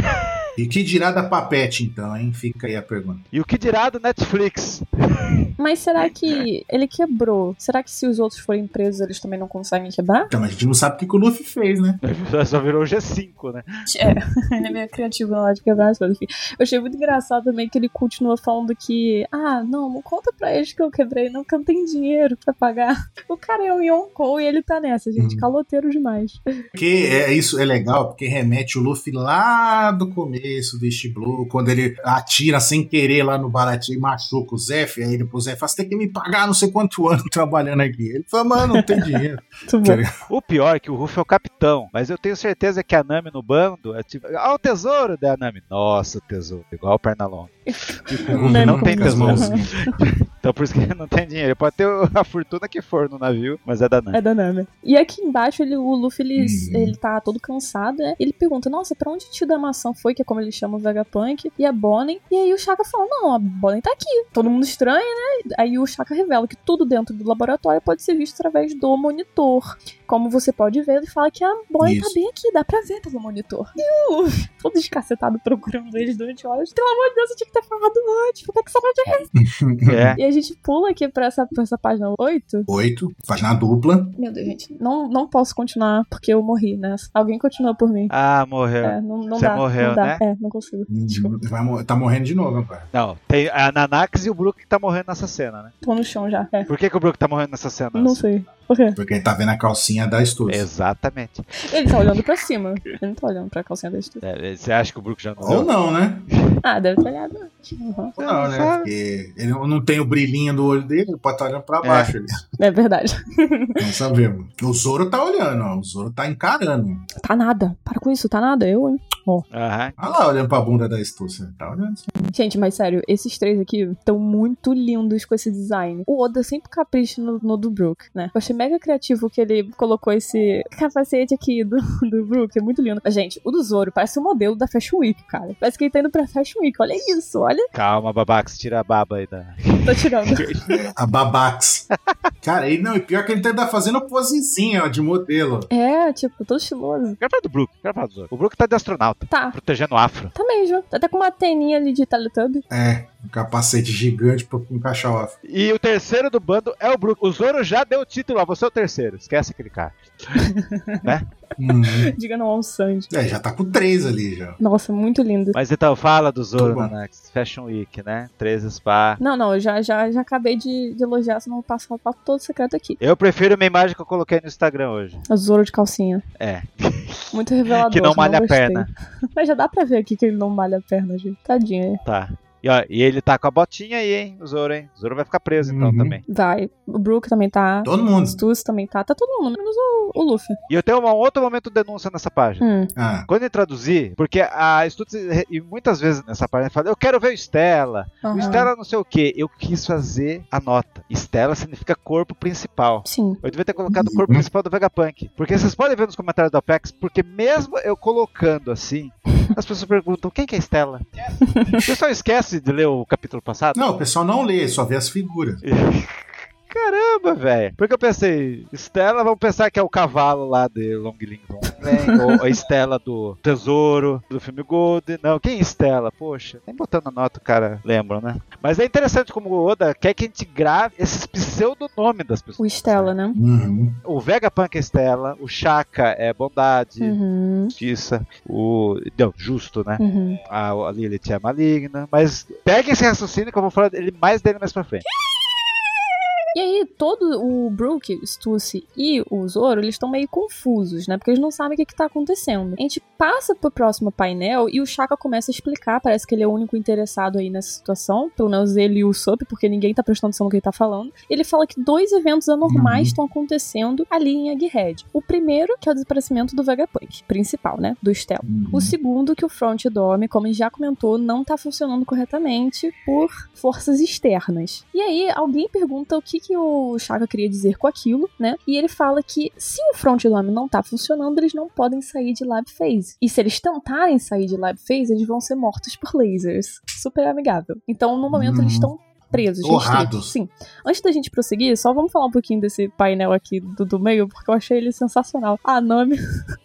Speaker 1: E que dirá da papete, então, hein? Fica aí a pergunta.
Speaker 3: E o que dirá do Netflix?
Speaker 2: Mas será que ele quebrou? Será que se os outros forem presos, eles também não conseguem quebrar?
Speaker 1: Então, a gente não sabe o que, que o Luffy fez, né?
Speaker 3: Só virou o G5, né?
Speaker 2: É, ele é meio criativo na hora de quebrar as coisas. Enfim, eu achei muito engraçado também que ele continua falando que, ah, não, não conta pra eles que eu quebrei, não, que eu não tenho dinheiro pra pagar. O cara é um Yonkou e ele tá nessa, gente,
Speaker 1: Hum.
Speaker 2: caloteiro demais.
Speaker 1: Porque é, isso é legal, porque remete o Luffy lá do começo do East Blue, quando ele atira sem querer lá no Baratie e machuca o Zef, aí depois o Zef fala, "Ah, você tem que me pagar não sei quanto ano trabalhando aqui. Ele fala, mano, não tem dinheiro.
Speaker 2: Muito bom.
Speaker 1: Cara,
Speaker 3: O pior é que o Ruff é o capitão, mas eu tenho certeza que a Nami no bando é tipo, ah, o tesouro da Nami. Nossa, o tesouro, igual o Pernalonga. Tipo, o Ruff
Speaker 2: Nami
Speaker 3: não
Speaker 2: com
Speaker 3: tem
Speaker 1: Com as
Speaker 3: tesouro.
Speaker 1: mãozinhas.
Speaker 3: Então por isso que ele não tem dinheiro. Ele Pode ter a fortuna que for no navio, mas é da Nami.
Speaker 2: É da Nami. E aqui embaixo, ele, o Luffy, ele,
Speaker 1: Uhum.
Speaker 2: ele tá todo cansado, né? Ele pergunta, nossa, pra onde o tio da maçã foi, que é como ele chama o Vegapunk, e a Bonnie. E aí o Shaka fala, não, a Bonnie tá aqui. Todo mundo estranha, né? Aí o Shaka revela que tudo dentro do laboratório pode ser visto através do monitor. Como você pode ver, ele fala que a Bonnie tá
Speaker 1: Isso.
Speaker 2: bem aqui, dá pra ver pelo monitor. E o Luffy, todo descacetado procurando eles durante horas. Pelo amor de Deus, eu tinha que ter falado antes, por que que você não tinha...
Speaker 3: É.
Speaker 2: E a gente pula aqui pra essa, pra essa página 8,
Speaker 1: Oito, página dupla.
Speaker 2: meu Deus, gente. Não, não posso continuar porque eu morri nessa. Alguém continua por mim.
Speaker 3: Ah, morreu.
Speaker 2: É, não, não
Speaker 3: Você
Speaker 2: dá.
Speaker 3: morreu,
Speaker 2: não dá.
Speaker 3: né?
Speaker 2: É, não consigo. Desculpa.
Speaker 1: Vai, mo- tá morrendo de novo agora.
Speaker 3: Não, tem a Nanax e o Brook que tá morrendo nessa cena, né?
Speaker 2: Tô no chão já. É.
Speaker 3: Por que, que o Brook tá morrendo nessa cena?
Speaker 2: Não sei. Por quê?
Speaker 1: Porque ele tá vendo a calcinha da Stuart.
Speaker 3: Exatamente.
Speaker 2: Ele tá olhando pra cima. Ele não tá olhando pra calcinha da estufa.
Speaker 3: É, Você acha que o Brook já não
Speaker 1: Ou não, né?
Speaker 2: Ah, deve ter olhado. antes. Uhum.
Speaker 1: Ou não, né? Porque ele não tem o brilhinho do olho dele, ele pode estar olhando pra baixo. Ele.
Speaker 2: É verdade.
Speaker 1: Não sabemos. O Zoro tá olhando, ó. O Zoro tá encarando.
Speaker 2: Tá nada. Para com isso, tá nada. Eu, hein?
Speaker 3: Aham.
Speaker 1: Olha lá, olhando pra bunda da Estúcia. Tá olhando assim.
Speaker 2: Gente, mas sério, esses três aqui estão muito lindos com esse design. O Oda sempre capricha no, no do Brook, né? Eu achei mega criativo que ele colocou esse capacete aqui do, do Brook, é muito lindo. Gente, o do Zoro parece o modelo da Fashion Week, cara. Parece que ele tá indo pra Fashion Week, olha isso, olha.
Speaker 3: Calma, babax, tira a baba aí da.
Speaker 2: Tô tirando.
Speaker 1: A babax. Cara, e não, e pior que ele tá fazendo posezinha, ó, de modelo.
Speaker 2: É, tipo, todo estiloso.
Speaker 3: Quero falar do Brook, quero falar do Zoro. O Brook tá de astronauta,
Speaker 2: Tá,
Speaker 3: protegendo o afro.
Speaker 2: tá mesmo. Tá até com uma teninha ali de Teletubby.
Speaker 1: É, um capacete gigante pra encaixar o af-
Speaker 3: E o terceiro do bando é o Brook. O Zoro já deu o título, ó, você é o terceiro. Esquece aquele cara.
Speaker 1: Uhum.
Speaker 2: Diga não ao Sandy.
Speaker 1: É, já tá com três ali já.
Speaker 2: Nossa, muito lindo.
Speaker 3: Mas então, fala do
Speaker 1: Tá
Speaker 3: Zoro,
Speaker 1: bom.
Speaker 3: Nanax. Fashion Week, né? 13 spa.
Speaker 2: Não, não, eu já, já, já acabei de, de elogiar, senão eu vou passar o papo todo secreto aqui.
Speaker 3: Eu prefiro minha imagem que eu coloquei no Instagram hoje.
Speaker 2: O Zoro de calcinha.
Speaker 3: É.
Speaker 2: Muito revelador.
Speaker 3: Que não malha a
Speaker 2: Tá gostei.
Speaker 3: perna.
Speaker 2: Mas já dá pra ver aqui que ele não malha a perna, gente. Tadinho. é.
Speaker 3: Tá. E, ó, e ele tá com a botinha aí, hein? O Zoro, hein? O Zoro vai ficar preso então
Speaker 1: Uhum.
Speaker 3: também.
Speaker 2: Vai. O Brook também tá.
Speaker 1: Todo mundo.
Speaker 2: O Stus também tá. Tá todo mundo, menos o, o Luffy.
Speaker 3: E eu tenho um outro momento de denúncia nessa página.
Speaker 2: Hum.
Speaker 1: Ah,
Speaker 3: Quando eu traduzir, porque a Stutz, e muitas vezes nessa página, fala, eu quero ver o Stella, o
Speaker 2: aham.
Speaker 3: Stella não sei o que, eu quis fazer a nota. Stella significa corpo principal.
Speaker 2: Sim.
Speaker 3: Eu devia ter colocado o corpo
Speaker 1: Uhum.
Speaker 3: principal do Vegapunk. Porque vocês podem ver nos comentários do Apex, porque mesmo eu colocando assim, as pessoas perguntam, quem que é Stella? O pessoal esquece de ler o capítulo passado.
Speaker 1: não, o pessoal não lê, só vê as figuras.
Speaker 3: Caramba, velho. Porque eu pensei, Stella, vamos pensar que é o cavalo lá de Long Ling Long Lang, ou a Stella do Tesouro, do filme Gold. Não, quem é Stella? Poxa, nem botando a nota o cara lembra, né? Mas é interessante como o Oda quer que a gente grave esses pseudonome das pessoas.
Speaker 2: O Stella, né?
Speaker 1: Uhum.
Speaker 3: O Vegapunk é Stella, o Chaka é Bondade,
Speaker 2: Uhum.
Speaker 3: Justiça, o... Não, Justo, né?
Speaker 2: Uhum.
Speaker 3: A, a Lilith é Maligna. Mas peguem esse raciocínio que eu vou falar dele mais dele mais pra frente.
Speaker 2: E aí, todo o Brook, Stussy e o Zoro, eles estão meio confusos, né? Porque eles não sabem o que, que tá acontecendo. A gente passa pro próximo painel e o Chaka começa a explicar, parece que ele é o único interessado aí nessa situação, pelo menos ele e o Sop, porque ninguém tá prestando atenção no que ele tá falando. Ele fala que dois eventos anormais estão acontecendo ali em Egghead. O primeiro, que é o desaparecimento do Vegapunk, principal, né? Do Stel.
Speaker 1: Uhum.
Speaker 2: O segundo, que o Front Dorme, como a gente já comentou, não tá funcionando corretamente por forças externas. E aí, alguém pergunta o que, que o Chaka queria dizer com aquilo, né? E ele fala que se o Front Dorme não tá funcionando, eles não podem sair de Lab Phase. E se eles tentarem sair de Lab Phase, eles vão ser mortos por lasers. Super amigável. Então, no momento,
Speaker 1: Hum.
Speaker 2: eles estão presos,
Speaker 1: Torrados.
Speaker 2: restritos. Sim. Antes da gente prosseguir, só vamos falar um pouquinho desse painel aqui do, do meio, porque eu achei ele sensacional. Ah, A Nami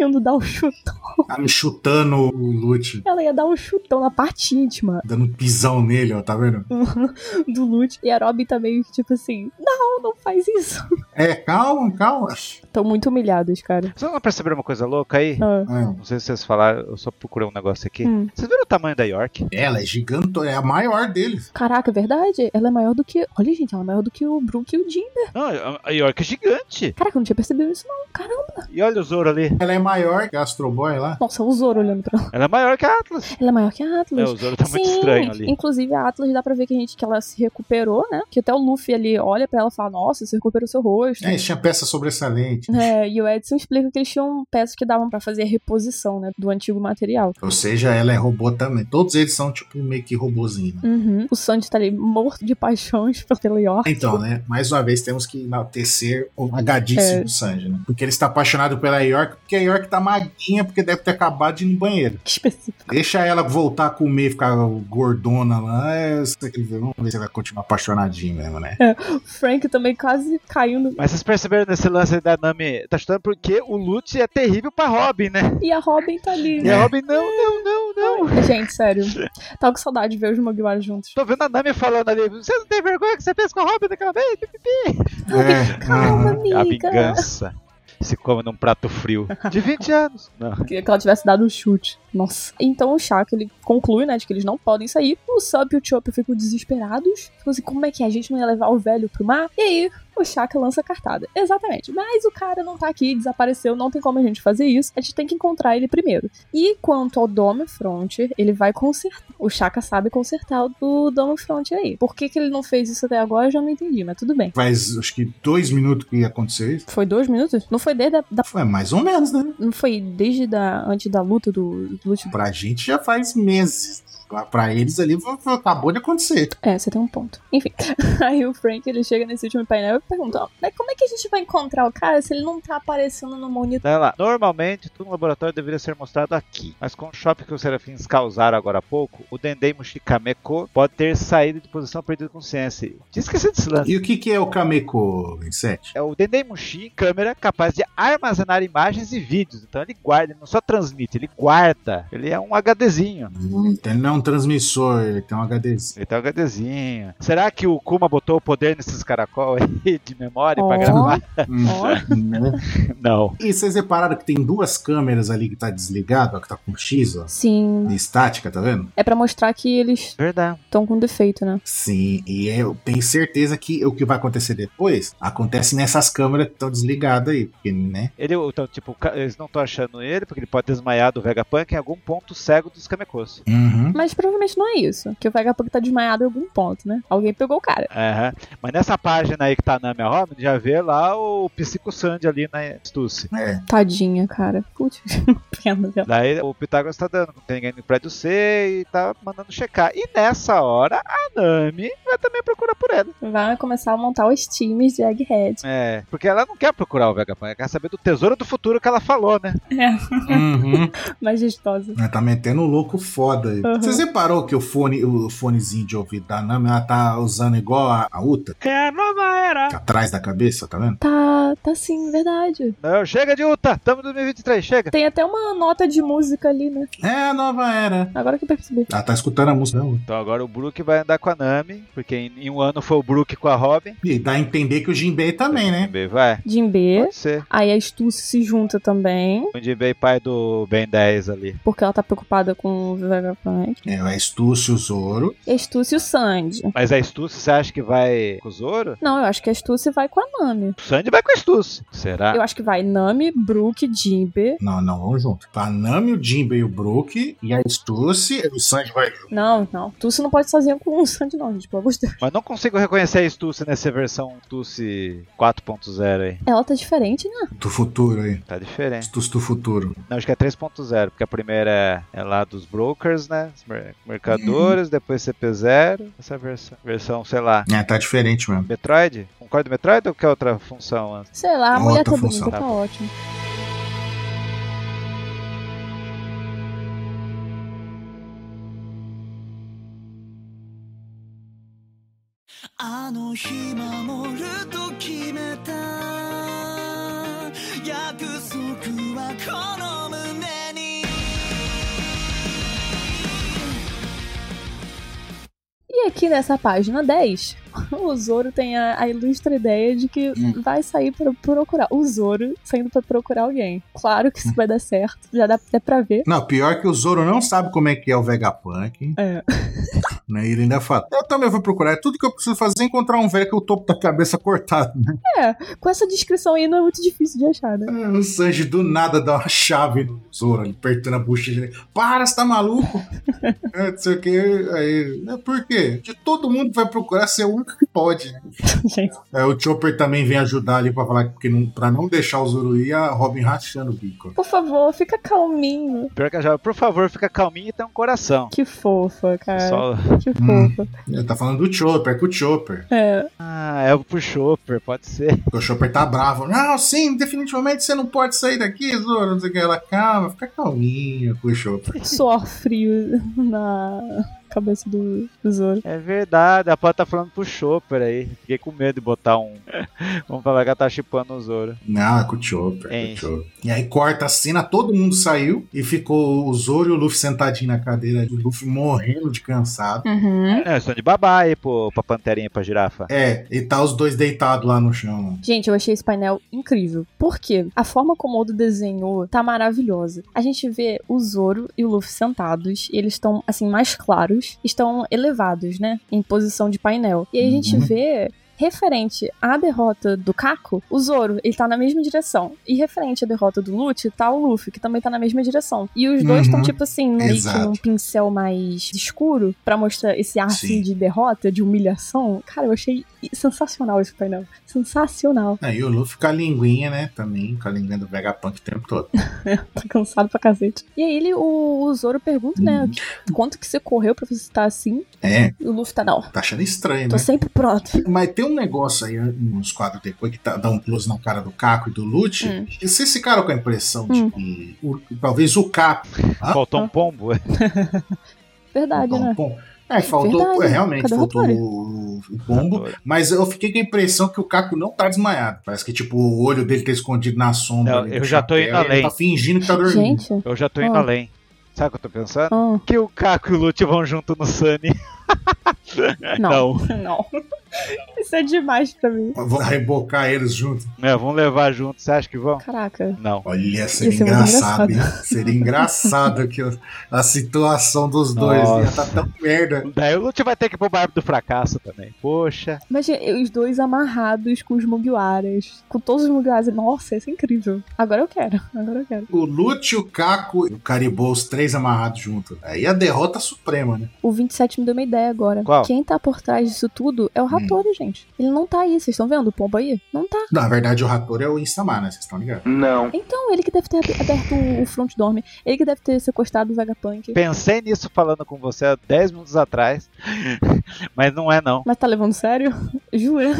Speaker 2: indo dar um chutão.
Speaker 1: Tá me chutando o Lute,
Speaker 2: Ela ia dar um chutão na parte íntima
Speaker 1: dando um pisão nele, ó, tá vendo?
Speaker 2: Hum. do Lute. E a Robin tá meio que tipo assim: Não, não faz isso.
Speaker 1: É, calma, calma.
Speaker 2: Tão muito humilhados, cara.
Speaker 3: Vocês não perceberam uma coisa louca aí?
Speaker 2: Ah.
Speaker 1: Ah,
Speaker 3: Não sei se vocês falaram, eu só procurei um negócio aqui.
Speaker 2: Hum.
Speaker 3: Vocês viram o tamanho da York?
Speaker 1: Ela é giganto, é a maior deles.
Speaker 2: Caraca, é verdade? Ela é maior do que. Olha, gente, ela é maior do que o Brook e o Jinder.
Speaker 3: Não, a- a York é gigante.
Speaker 2: Caraca, eu não tinha percebido isso, não. Caramba.
Speaker 3: E olha o Zoro ali.
Speaker 1: Ela é maior que a Astro Boy lá.
Speaker 2: Nossa, o Zoro olhando pra ela.
Speaker 3: Ela é maior que a Atlas.
Speaker 2: Ela é maior que a Atlas.
Speaker 3: É, o Zoro tá muito estranho ali.
Speaker 2: Inclusive, a Atlas dá pra ver que, a gente, que ela se recuperou, né? Que até o Luffy ali olha pra ela e fala: Nossa, você recuperou seu rosto.
Speaker 1: É, tinha peça sobressalente.
Speaker 2: É, e o Edson explica que eles tinham peças que davam pra fazer a reposição, né? Do antigo material.
Speaker 1: Ou seja, ela é robô também. Todos eles são tipo meio que robozinho. né?
Speaker 2: Uhum. O Sandy tá ali morto de paixões pelo York.
Speaker 1: Então, né? Mais uma vez temos que enaltecer o magadíssimo
Speaker 2: É.
Speaker 1: Sanji, né? Porque ele está apaixonado pela York, porque a York tá maguinha, porque deve ter acabado de ir no banheiro.
Speaker 2: Que específico.
Speaker 1: Deixa ela voltar a comer, ficar gordona lá. é, isso aqui, Vamos ver se ela continua apaixonadinha mesmo, né?
Speaker 2: O Frank também quase caindo.
Speaker 3: Mas vocês perceberam nesse lance aí da Nami tá chutando porque o Lute é terrível pra Robin, né?
Speaker 2: E a Robin tá ali.
Speaker 3: E a Robin, não, não, não, não.
Speaker 2: Gente, sério. Tava com saudade de ver os Mugiwara juntos.
Speaker 3: Tô vendo a Nami falando ali, você não tem vergonha que você fez com a Robin daquela vez?
Speaker 1: É,
Speaker 2: Calma,
Speaker 1: aham.
Speaker 3: A
Speaker 2: amiga.
Speaker 3: vingança se come num prato frio. De 20 anos. Não.
Speaker 2: Queria que ela tivesse dado um chute. Nossa. Então o Shaka, ele conclui, né, de que eles não podem sair. O Sub e o Chopper ficam desesperados. Ficam assim, como é que é? A gente não ia levar o velho pro mar? E aí, o Shaka lança a cartada. Exatamente. Mas o cara não tá aqui, desapareceu, não tem como a gente fazer isso. A gente tem que encontrar ele primeiro. E quanto ao Dome Frontier, ele vai consertar. O Shaka sabe consertar o do Dome Frontier aí. Por que, que ele não fez isso até agora, eu já não entendi, mas tudo bem.
Speaker 1: Faz acho que dois minutos que aconteceu isso.
Speaker 2: Foi dois minutos? Não foi desde a, da-
Speaker 1: Foi mais ou menos, né?
Speaker 2: não foi desde da, antes da luta do, do último
Speaker 1: Pra gente já faz meses. Pra- Pra eles ali foi- foi- acabou de acontecer.
Speaker 2: É, você tem um ponto. Enfim, aí o Frank ele chega nesse último painel e pergunta: ó, mas como é que a gente vai encontrar o cara se ele não tá aparecendo no monitor?
Speaker 3: Então, olha lá. Normalmente, tudo no laboratório deveria ser mostrado aqui. Mas com o choque que os serafins causaram agora há pouco, o Dendei Mushikameko pode ter saído de posição perdido consciência. Tinha esquecido desse lance.
Speaker 1: E o que, que é o Kameko 27?
Speaker 3: É o Dendei Mushi, câmera capaz de armazenar imagens e vídeos. Então ele guarda, ele não só transmite, ele guarda. Ele é um HDzinho.
Speaker 1: Então ele não é um transmissor, ele tem um HDC.
Speaker 3: Ele tem um HDzinho. Será que o Kuma botou o poder nesses caracol aí de memória pra
Speaker 2: Ó.
Speaker 3: gravar?
Speaker 1: Hum.
Speaker 2: Ó.
Speaker 1: Né?
Speaker 3: Não.
Speaker 1: E vocês repararam que tem duas câmeras ali que tá desligado, ó, que tá com X, ó.
Speaker 2: Sim,
Speaker 1: de Estática, tá vendo?
Speaker 2: é pra mostrar que eles
Speaker 3: Verdade.
Speaker 2: estão com defeito, né?
Speaker 1: Sim, e eu tenho certeza que o que vai acontecer depois acontece nessas câmeras que estão desligadas aí, porque, né?
Speaker 3: Ele, então, tipo, ca- eles não estão achando ele, porque ele pode ter esmaiado o Vegapunk em algum ponto cego dos Kamekos.
Speaker 1: Uhum.
Speaker 2: Mas provavelmente não é isso. Que o Vegapunk tá desmaiado em algum ponto, né? Alguém pegou o cara.
Speaker 3: Aham. Mas nessa página aí que tá na minha home, já vê lá o Psico Sandy ali na Stussy.
Speaker 1: É,
Speaker 2: Tadinha, cara. Putz, pena dela.
Speaker 3: Daí o Pitágoras tá dando, não tem ninguém no prédio C e tá mandando checar. E nessa hora, a Nami vai também procurar por ela.
Speaker 2: Vai começar a montar os times de Egghead.
Speaker 3: É, porque ela não quer procurar o Vegapunk, ela quer saber do tesouro do futuro que ela falou, né?
Speaker 1: uhum.
Speaker 2: Majestosa.
Speaker 1: Ela tá metendo um louco foda aí.
Speaker 2: Uhum.
Speaker 1: Vocês reparou que o fone, o fonezinho de ouvido da Nami, ela tá usando igual a, a Uta?
Speaker 3: É a nova era
Speaker 1: Atrás da cabeça, tá vendo?
Speaker 2: Tá, tá sim, verdade.
Speaker 3: Não, chega de Utah, estamos em 2023, chega.
Speaker 2: Tem até uma nota de música ali, né?
Speaker 1: É a nova era.
Speaker 2: Agora que eu percebi.
Speaker 1: Ela tá escutando a música. né?
Speaker 3: Então agora o Brook vai andar com a Nami, porque em, em um ano foi o Brook com a Robin.
Speaker 1: E dá a entender que o Jinbei também, né?
Speaker 3: Jinbei vai.
Speaker 2: Jim B.
Speaker 3: Pode ser.
Speaker 2: Aí a Stu se junta também,
Speaker 3: O Jinbei pai do Ben 10 ali.
Speaker 2: porque ela tá preocupada com o Vegapunk.
Speaker 1: É, o Estúcio, o Zoro.
Speaker 2: E a Stu e o Sandy.
Speaker 3: Mas a Stussy, você acha que vai com o Zoro?
Speaker 2: Não, eu acho que a Stu se vai com a Nami.
Speaker 3: O Sandy vai com a Stussy. Será?
Speaker 2: Eu acho que vai Nami, Brook, Jimbe.
Speaker 1: Não, não, vamos junto. Tá a Nami, o Jinbei e o Brook. E a Estúcio, o Sanji vai junto.
Speaker 2: Não, não. Tu se não pode ir sozinha com o Sandy, não, gente. Pelo amor de Deus.
Speaker 3: Mas não consigo reconhecer a Stussy nessa versão Stussy 4.0 aí.
Speaker 2: Ela tá diferente, né?
Speaker 1: Do futuro aí.
Speaker 3: Tá diferente.
Speaker 1: Estúcio do futuro.
Speaker 3: Não, acho que é 3.0, porque a primeira é lá dos brokers, né? Os mer- mercadores, depois CP0. Essa versão, versão, sei lá,
Speaker 1: É, tá diferente mesmo.
Speaker 3: Metroid? Concorda Metroid ou que é outra função? antes?
Speaker 2: Sei lá, a
Speaker 1: Outra
Speaker 2: mulher tá
Speaker 1: função.
Speaker 2: bonita, tá ótimo.
Speaker 4: あの日守ると決めた約束はこの胸に
Speaker 2: E aqui nessa página 10, o Zoro tem a, a ilustre ideia de que
Speaker 1: Hum.
Speaker 2: vai sair pra procurar. O Zoro saindo pra procurar alguém. Claro que isso vai dar certo, já dá até pra ver.
Speaker 1: Não, pior que o Zoro não sabe como é que é o Vegapunk.
Speaker 2: É.
Speaker 1: Né? Ele ainda fala. Eu também vou procurar. Tudo que eu preciso fazer é encontrar um velho com o topo da cabeça cortado. Né?
Speaker 2: Com essa descrição aí não é muito difícil de achar, né?
Speaker 1: O Sanji do nada dá uma chave no Zoro, ele apertando a bochecha dele. Para, você tá maluco? é, não sei o que. Aí, né, por quê? De todo mundo que vai procurar ser o único que pode. né?
Speaker 2: Gente,
Speaker 1: Aí o Chopper também vem ajudar ali pra falar que não, pra não deixar o Zoro ir, a Robin rachando o bico.
Speaker 2: por favor, fica calminho.
Speaker 3: Pior que a Java, por favor, fica calminho e tem um coração.
Speaker 2: Que fofa, cara.
Speaker 3: Só...
Speaker 2: Que fofa.
Speaker 1: Ele tá falando do Chopper, é com o Chopper.
Speaker 2: É.
Speaker 3: Ah, é pro Chopper, pode ser.
Speaker 1: Porque o Chopper tá bravo. Não, sim, definitivamente você não pode sair daqui, Zoro. Não sei o que. Ela calma, fica calminha com o Chopper.
Speaker 2: Suor frio na cabeça do, do Zoro.
Speaker 3: É verdade, a Paula tá falando pro Chopper aí. Fiquei com medo de botar um. Vamos falar que ela tá chipando o Zoro.
Speaker 1: Não, é com o Chopper.
Speaker 3: É
Speaker 1: É com o
Speaker 3: isso.
Speaker 1: Chopper. E aí corta a cena, todo mundo saiu e ficou o Zoro e o Luffy sentadinho na cadeira. E o Luffy morrendo de cansado.
Speaker 2: Uhum.
Speaker 3: É, estão de babá aí pro, pra panterinha, pra girafa.
Speaker 1: É, e tá os dois deitados lá no chão.
Speaker 2: Gente, eu achei esse painel incrível. Por quê? A forma como o Oda desenhou tá maravilhosa. A gente vê o Zoro e o Luffy sentados, e eles estão, assim, mais claros, estão elevados, né? Em posição de painel. E aí a gente
Speaker 1: Uhum.
Speaker 2: vê. Referente à derrota do Kako, o Zoro, ele tá na mesma direção. E referente à derrota do Lute, tá o Luffy, que também tá na mesma direção. E os dois
Speaker 1: Uhum.
Speaker 2: estão, tipo assim, meio que
Speaker 1: Exato.
Speaker 2: num pincel mais escuro, pra mostrar esse ar, assim,
Speaker 1: Sim.
Speaker 2: de derrota, de humilhação. Cara, eu achei sensacional esse painel. Sensacional.
Speaker 1: Aí o Luffy com a linguinha, né? Também, com a linguinha do Vegapunk o tempo todo.
Speaker 2: Tá cansado pra cacete. E aí ele, o, o Zoro pergunta, né?
Speaker 1: Uhum.
Speaker 2: Quanto que você correu pra você estar assim?
Speaker 1: É,
Speaker 2: E o Luffy tá, não.
Speaker 1: tá achando estranho, né?
Speaker 2: Tô sempre pronto.
Speaker 1: Mas tem um negócio aí nos quadros depois que tá, dá um close na cara do Caco e do Lute.
Speaker 2: Hum.
Speaker 1: E Vocês ficaram com a impressão de que o- talvez o Caco. Ah,
Speaker 3: Faltou um pombo.
Speaker 2: Verdade,
Speaker 1: Bom,
Speaker 2: né?
Speaker 1: bom. É, faltou.
Speaker 2: Verdade,
Speaker 1: é, realmente,
Speaker 2: cadê o
Speaker 1: faltou
Speaker 2: Rotori?
Speaker 1: o, o pombo. Mas eu fiquei com a impressão que o Caco não tá desmaiado. Parece que, tipo, o olho dele tá escondido na sombra.
Speaker 3: Não,
Speaker 1: ali
Speaker 3: É, eu
Speaker 1: do
Speaker 3: já tô
Speaker 1: chapéu,
Speaker 3: indo
Speaker 1: e ele
Speaker 3: além.
Speaker 1: Tá fingindo que tá dormindo.
Speaker 2: Gente.
Speaker 3: Eu já tô indo
Speaker 2: Ah.
Speaker 3: além. Sabe o que eu tô pensando?
Speaker 2: ah,
Speaker 3: Que o Caco e o Lute vão junto no Sunny.
Speaker 2: não. Não. Isso é demais pra mim.
Speaker 1: Vou rebocar eles juntos.
Speaker 3: É, vão levar junto, você acha que vão?
Speaker 2: Caraca.
Speaker 3: Não.
Speaker 1: Olha, seria
Speaker 2: Ia ser é muito
Speaker 1: engraçado. hein? Seria engraçado que a situação dos dois ia tá
Speaker 3: Nossa.
Speaker 1: tão merda.
Speaker 3: Daí o Lute vai ter que ir pro barco do fracasso também. Poxa.
Speaker 2: Imagina, eu- os dois amarrados com os Mugiwaras. Com todos os Mugiwaras. Nossa, isso é incrível. Agora eu quero. Agora eu quero.
Speaker 1: O Lute, o Caco e o Caribou, os três amarrados junto. Aí a derrota suprema, né?
Speaker 2: O 27 me deu uma ideia agora.
Speaker 3: Qual?
Speaker 2: Quem tá por trás disso tudo é o Ratori, gente. Ele não tá aí. Vocês estão vendo o pombo aí? Não tá.
Speaker 1: Na verdade, o Rator é o Instamar, né? Vocês estão ligados?
Speaker 2: Então, ele que deve ter ab- aberto o- o front dorme. Ele que deve ter sequestrado o Vegapunk.
Speaker 3: Pensei nisso falando com você há 10 minutos atrás. Mas não é, não.
Speaker 2: Mas tá levando sério? Jura?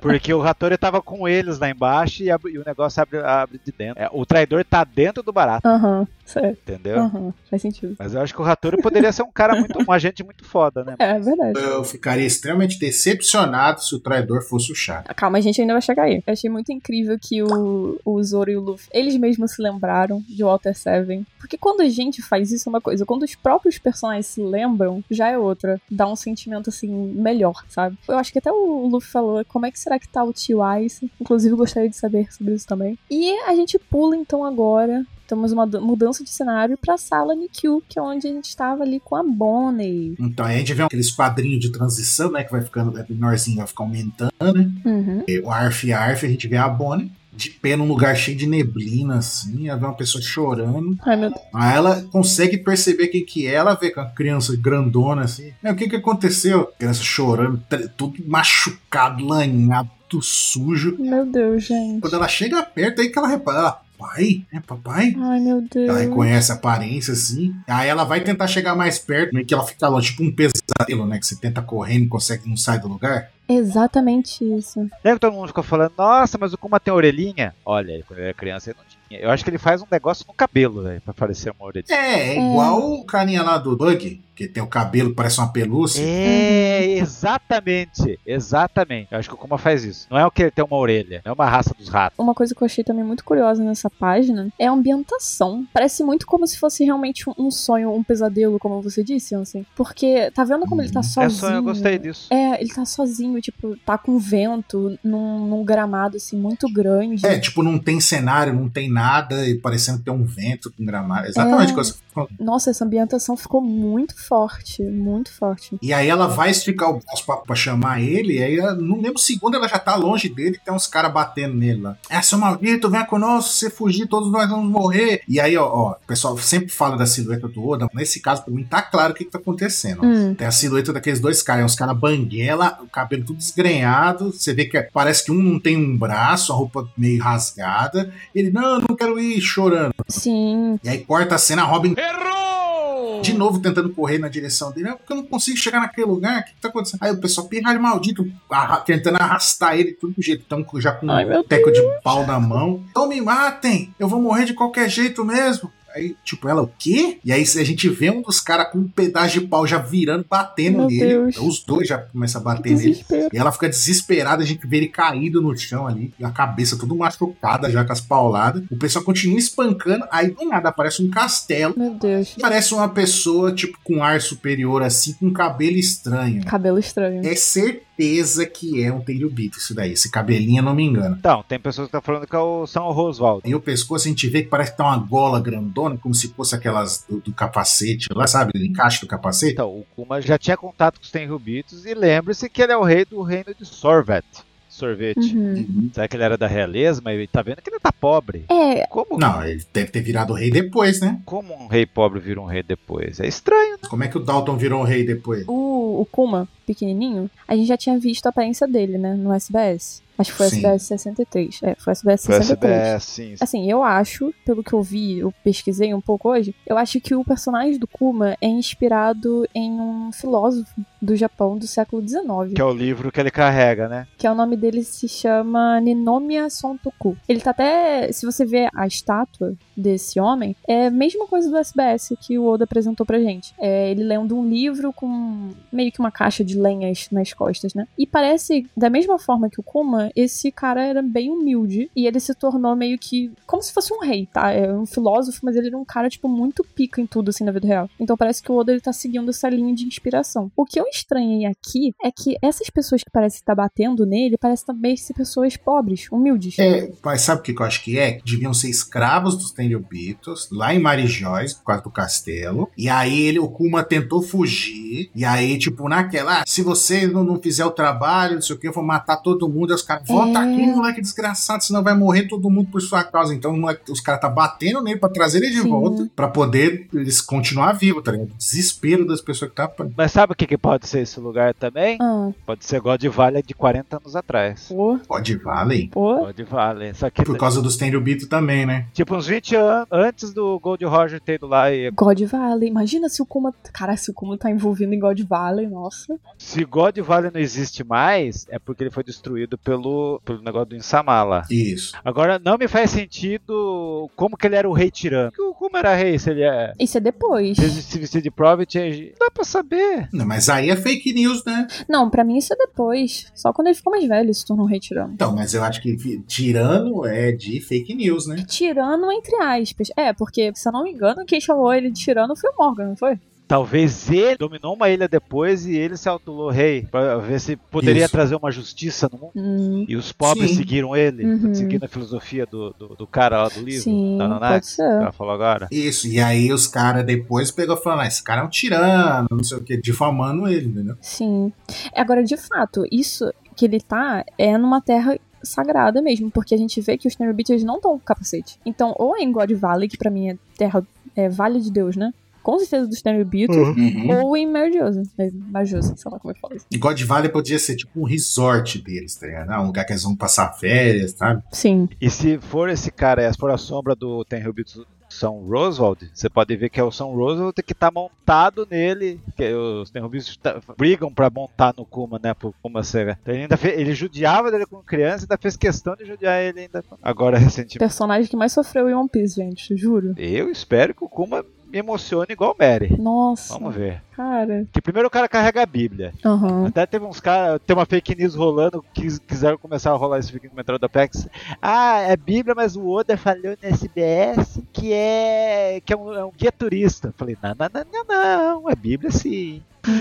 Speaker 3: Porque o Ratori tava com eles lá embaixo e, abre- e o negócio abre, abre de dentro. É, o traidor tá dentro do barato,
Speaker 2: Aham, sério.
Speaker 3: entendeu?
Speaker 2: Aham, faz sentido.
Speaker 3: Mas eu acho que o Ratori poderia ser um cara muito. um agente muito foda, né?
Speaker 2: É, é verdade.
Speaker 1: Eu ficaria extremamente decepcionado se o traidor fosse o Chaka.
Speaker 2: Calma, a gente ainda vai chegar aí. Eu achei muito incrível que o, o Zoro e o Luffy, eles mesmos se lembraram de Walter Seven. Porque quando a gente faz isso é uma coisa, quando os próprios personagens se lembram, já é outra. Dá um sentimento, assim, melhor, sabe? Eu acho que até o Luffy falou, como é que será que tá o Tio Ice? Inclusive, eu gostaria de saber sobre isso também. E a gente pula, então, agora temos uma du- mudança de cenário pra sala Nikyu, que é onde a gente estava ali com a Bonnie.
Speaker 1: Então aí a gente vê aqueles quadrinhos de transição, né? Que vai ficando é menorzinho, vai ficar aumentando, né?
Speaker 2: Uhum.
Speaker 1: E o Arf e a Arf, a gente vê a Bonnie de pé num lugar cheio de neblina, assim, ela vê uma pessoa chorando.
Speaker 2: Ai, meu Deus.
Speaker 1: Aí ela consegue perceber quem que é, ela vê com a criança grandona, assim. "Meu, O que que aconteceu? A criança chorando, tre- tudo machucado, lanhado, tudo sujo.
Speaker 2: Meu Deus, gente.
Speaker 1: Quando ela chega perto, aí que ela repara, ela, pai? É papai?
Speaker 2: Ai, meu Deus.
Speaker 1: Ela reconhece a aparência, assim. Aí ela vai tentar chegar mais perto, meio que ela fica lá, tipo um pesadelo, né? Que você tenta correndo e consegue, não sai do lugar.
Speaker 2: Exatamente isso.
Speaker 3: Lembra que todo mundo ficou falando, nossa, mas o Kuma tem orelhinha? Olha, quando eu era criança ele não tinha. Eu acho que ele faz um negócio no cabelo, velho, pra parecer uma orelhinha.
Speaker 1: É, é igual o carinha lá do Bug, que tem o cabelo que parece uma pelúcia.
Speaker 3: É, exatamente, exatamente. Eu acho que o Kuma faz isso. Não é o que ele tem uma orelha, não é uma raça dos ratos.
Speaker 2: Uma coisa que eu achei também muito curiosa nessa página é a ambientação. Parece muito como se fosse realmente um, um sonho, um pesadelo, como você disse, assim. Porque tá vendo como ele tá
Speaker 3: É
Speaker 2: sozinho?
Speaker 3: só eu gostei disso.
Speaker 2: É, ele tá sozinho, tipo, tá com vento num, num gramado, assim, muito grande.
Speaker 1: É, tipo, não tem cenário, não tem nada, e parecendo que tem um vento com gramado. Exatamente.
Speaker 2: É.
Speaker 1: o que você falou.
Speaker 2: Nossa, essa ambientação ficou muito forte, muito forte.
Speaker 1: E aí ela vai esticar o braço pra, pra chamar ele, e aí ela, no mesmo segundo ela já tá longe dele, tem uns caras batendo nele lá. É, seu maldito, venha conosco, se você fugir, todos nós vamos morrer. E aí, ó, ó, o pessoal sempre fala da silhueta do Oda, nesse caso, pra mim, tá claro o que, que tá acontecendo. ó.
Speaker 2: Hum,
Speaker 1: Tem a silhueta daqueles dois caras, é uns caras banguela, o cabelo tudo desgrenhado, você vê que é- parece que um não tem um braço, a roupa meio rasgada. Ele, não, não quero ir, chorando.
Speaker 2: sim.
Speaker 1: E aí corta a cena, a Robin
Speaker 4: Errou!
Speaker 1: de novo tentando correr na direção dele. É porque eu não consigo chegar naquele lugar, o que, que tá acontecendo? Aí o pessoal, pirralho maldito, arra- tentando arrastar ele, tudo do jeito, tão já com
Speaker 2: Ai, meu
Speaker 1: um teco de pau na mão. Então me matem, eu vou morrer de qualquer jeito mesmo. Aí, tipo, ela, o quê? E aí a gente vê um dos caras com um pedaço de pau já virando, batendo
Speaker 2: Meu
Speaker 1: nele.
Speaker 2: Deus.
Speaker 1: Os dois já começam a
Speaker 2: Que
Speaker 1: bater nele.
Speaker 2: desespero.
Speaker 1: E ela fica desesperada, a gente vê ele caído no chão ali, a cabeça toda machucada, já com as pauladas. O pessoal continua espancando, aí do nada aparece um castelo.
Speaker 2: Meu Deus.
Speaker 1: Parece uma pessoa, tipo, com ar superior, assim, com cabelo estranho.
Speaker 2: Cabelo estranho.
Speaker 1: É certeza que é um Tenryubito isso daí. Esse cabelinho não me engana.
Speaker 3: Então, tem pessoas que estão falando que é o São Roswaldo.
Speaker 1: E o pescoço a gente vê que parece que tá uma gola grandona, como se fosse aquelas do, do capacete lá, sabe? Do encaixe do capacete.
Speaker 3: Então, o Kuma já tinha contato com os Tenryubitos e lembre-se que ele é o rei do reino de Sorvet. Sorvete.
Speaker 2: Uhum.
Speaker 3: Será que ele era da realeza? Mas ele tá vendo que ele tá pobre.
Speaker 2: É,
Speaker 3: Como,
Speaker 1: Não, ele deve ter virado rei depois, né?
Speaker 3: como um rei pobre vira um rei depois? É estranho.
Speaker 1: Como é que o Dalton virou rei depois?
Speaker 2: o, o Kuma, pequenininho, a gente já tinha visto a aparência dele, né, no SBS. Acho que foi o
Speaker 1: Sim.
Speaker 2: SBS 63. É, foi o SBS 63.
Speaker 3: PSBS, sim.
Speaker 2: Assim, eu acho, pelo que eu vi, eu pesquisei um pouco hoje, eu acho que o personagem do Kuma é inspirado em um filósofo do Japão do século XIX,
Speaker 3: Que é o livro que ele carrega, né?
Speaker 2: que é o nome dele se chama Ninomiya Sontoku. Ele tá até, se você ver a estátua desse homem, é a mesma coisa do SBS que o Oda apresentou pra gente. É ele lendo um livro com meio que uma caixa de lenhas nas costas, né? E parece, da mesma forma que o Kuma, esse cara era bem humilde e ele se tornou meio que como se fosse um rei, tá? É um filósofo, mas ele era um cara, tipo, muito pica em tudo, assim, na vida real. Então parece que o Oda, ele tá seguindo essa linha de inspiração. O que eu estranhei aqui é que essas pessoas que parecem estar batendo nele, parecem também ser pessoas pobres, humildes.
Speaker 1: É, mas sabe o que que eu acho que é? Deviam ser escravos dos Tenryubitos, lá em Marijóis, por causa do castelo. E aí ele, o Kuma tentou fugir. E aí, tipo, naquela, ah, se você não, não fizer o trabalho, não sei o que, eu vou matar todo mundo. Aí os caras, volta
Speaker 2: É.
Speaker 1: aqui, moleque desgraçado, senão vai morrer todo mundo por sua causa. Então o moleque- os caras tá batendo nele pra trazer ele de
Speaker 2: Sim.
Speaker 1: volta, pra poder eles continuar vivo, tá ligado? Desespero das pessoas que tá.
Speaker 3: Mas sabe o que, que pode ser esse lugar também?
Speaker 2: Ah,
Speaker 3: Pode ser God Valley de 40 anos atrás.
Speaker 2: pô,
Speaker 1: Pode Valley.
Speaker 2: pô.
Speaker 3: God Valley. Só que,
Speaker 1: Por causa dos Tenryubitos também, né?
Speaker 3: tipo, uns 20 anos antes do Gold Roger ter ido lá e
Speaker 2: God Valley, imagina se o Kuma. Cara, se o Kuma tá envolvido em God Valley, nossa.
Speaker 3: Se God Valley não existe mais, é porque ele foi destruído pelo, pelo negócio do Insamala.
Speaker 1: Isso.
Speaker 3: Agora, não me faz sentido como que ele era o rei tirano. Que- Como era rei se ele é...
Speaker 2: Isso é depois.
Speaker 3: Se ele se vestia de Provet, não dá pra saber.
Speaker 1: Não, mas aí é fake news, né?
Speaker 2: Não, pra mim isso é depois. Só quando ele ficou mais velho ele se tornou um rei tirano.
Speaker 1: Então, mas eu acho que vi- tirano é de fake news, né?
Speaker 2: Tirano entre aspas. É, porque, se eu não me engano, quem chamou ele de tirano foi o Morgan, não foi?
Speaker 3: Talvez ele dominou uma ilha depois e ele se autolou rei, pra ver se poderia
Speaker 1: Isso.
Speaker 3: trazer uma justiça no mundo.
Speaker 2: Hum,
Speaker 3: E os pobres
Speaker 1: Sim.
Speaker 3: seguiram ele,
Speaker 2: Uhum.
Speaker 3: seguindo a filosofia do, do, do cara lá do livro, Tá,
Speaker 2: sim,
Speaker 3: da Naná,
Speaker 2: pode
Speaker 3: que
Speaker 2: ser.
Speaker 3: ela falou agora.
Speaker 1: Isso. E aí os caras depois pegou e falando, ah, esse cara é um tirano, não sei o quê, difamando ele, entendeu?
Speaker 2: Sim. Agora, de fato, isso que ele tá é numa terra sagrada mesmo, porque a gente vê que os Nerebites eles não estão com capacete. Então, ou é em God Valley, que pra mim é terra, é Vale de Deus, né? Com certeza dos Nerebites,
Speaker 5: Uhum.
Speaker 3: Hum?
Speaker 2: ou em Merdiosa. É, Marjosa, sei lá como é que fala isso.
Speaker 1: E God Valley podia ser tipo um resort deles, tá ligado? Ah, Um lugar que eles vão passar férias, sabe?
Speaker 2: Sim.
Speaker 3: E tipo- se for esse cara, é, se for a sombra do Tenryubito São Roosevelt, você pode ver que é o São Roosevelt que tá montado nele. Que é os Tenryubitos tá- brigam pra montar no Kuma, né? Pro Kuma ser. Ele, ainda fe- ele judiava dele como criança e ainda fez questão de judiar ele ainda. Agora, recentemente.
Speaker 2: Personagem que mais sofreu em One Piece, gente, juro.
Speaker 3: Eu espero que o Kuma me emocione igual o Mary.
Speaker 2: Nossa,
Speaker 3: Vamos ver.
Speaker 2: cara.
Speaker 3: Que primeiro o cara carrega a Bíblia.
Speaker 2: Aham.
Speaker 3: Até teve uns caras, tem uma fake news rolando, que quiseram começar a rolar esse fake news no da Pex. Ah, é Bíblia, mas o Oda falhou na SBS que é que é um, é um guia turista. Falei, não, não, não, não, não, é Bíblia sim.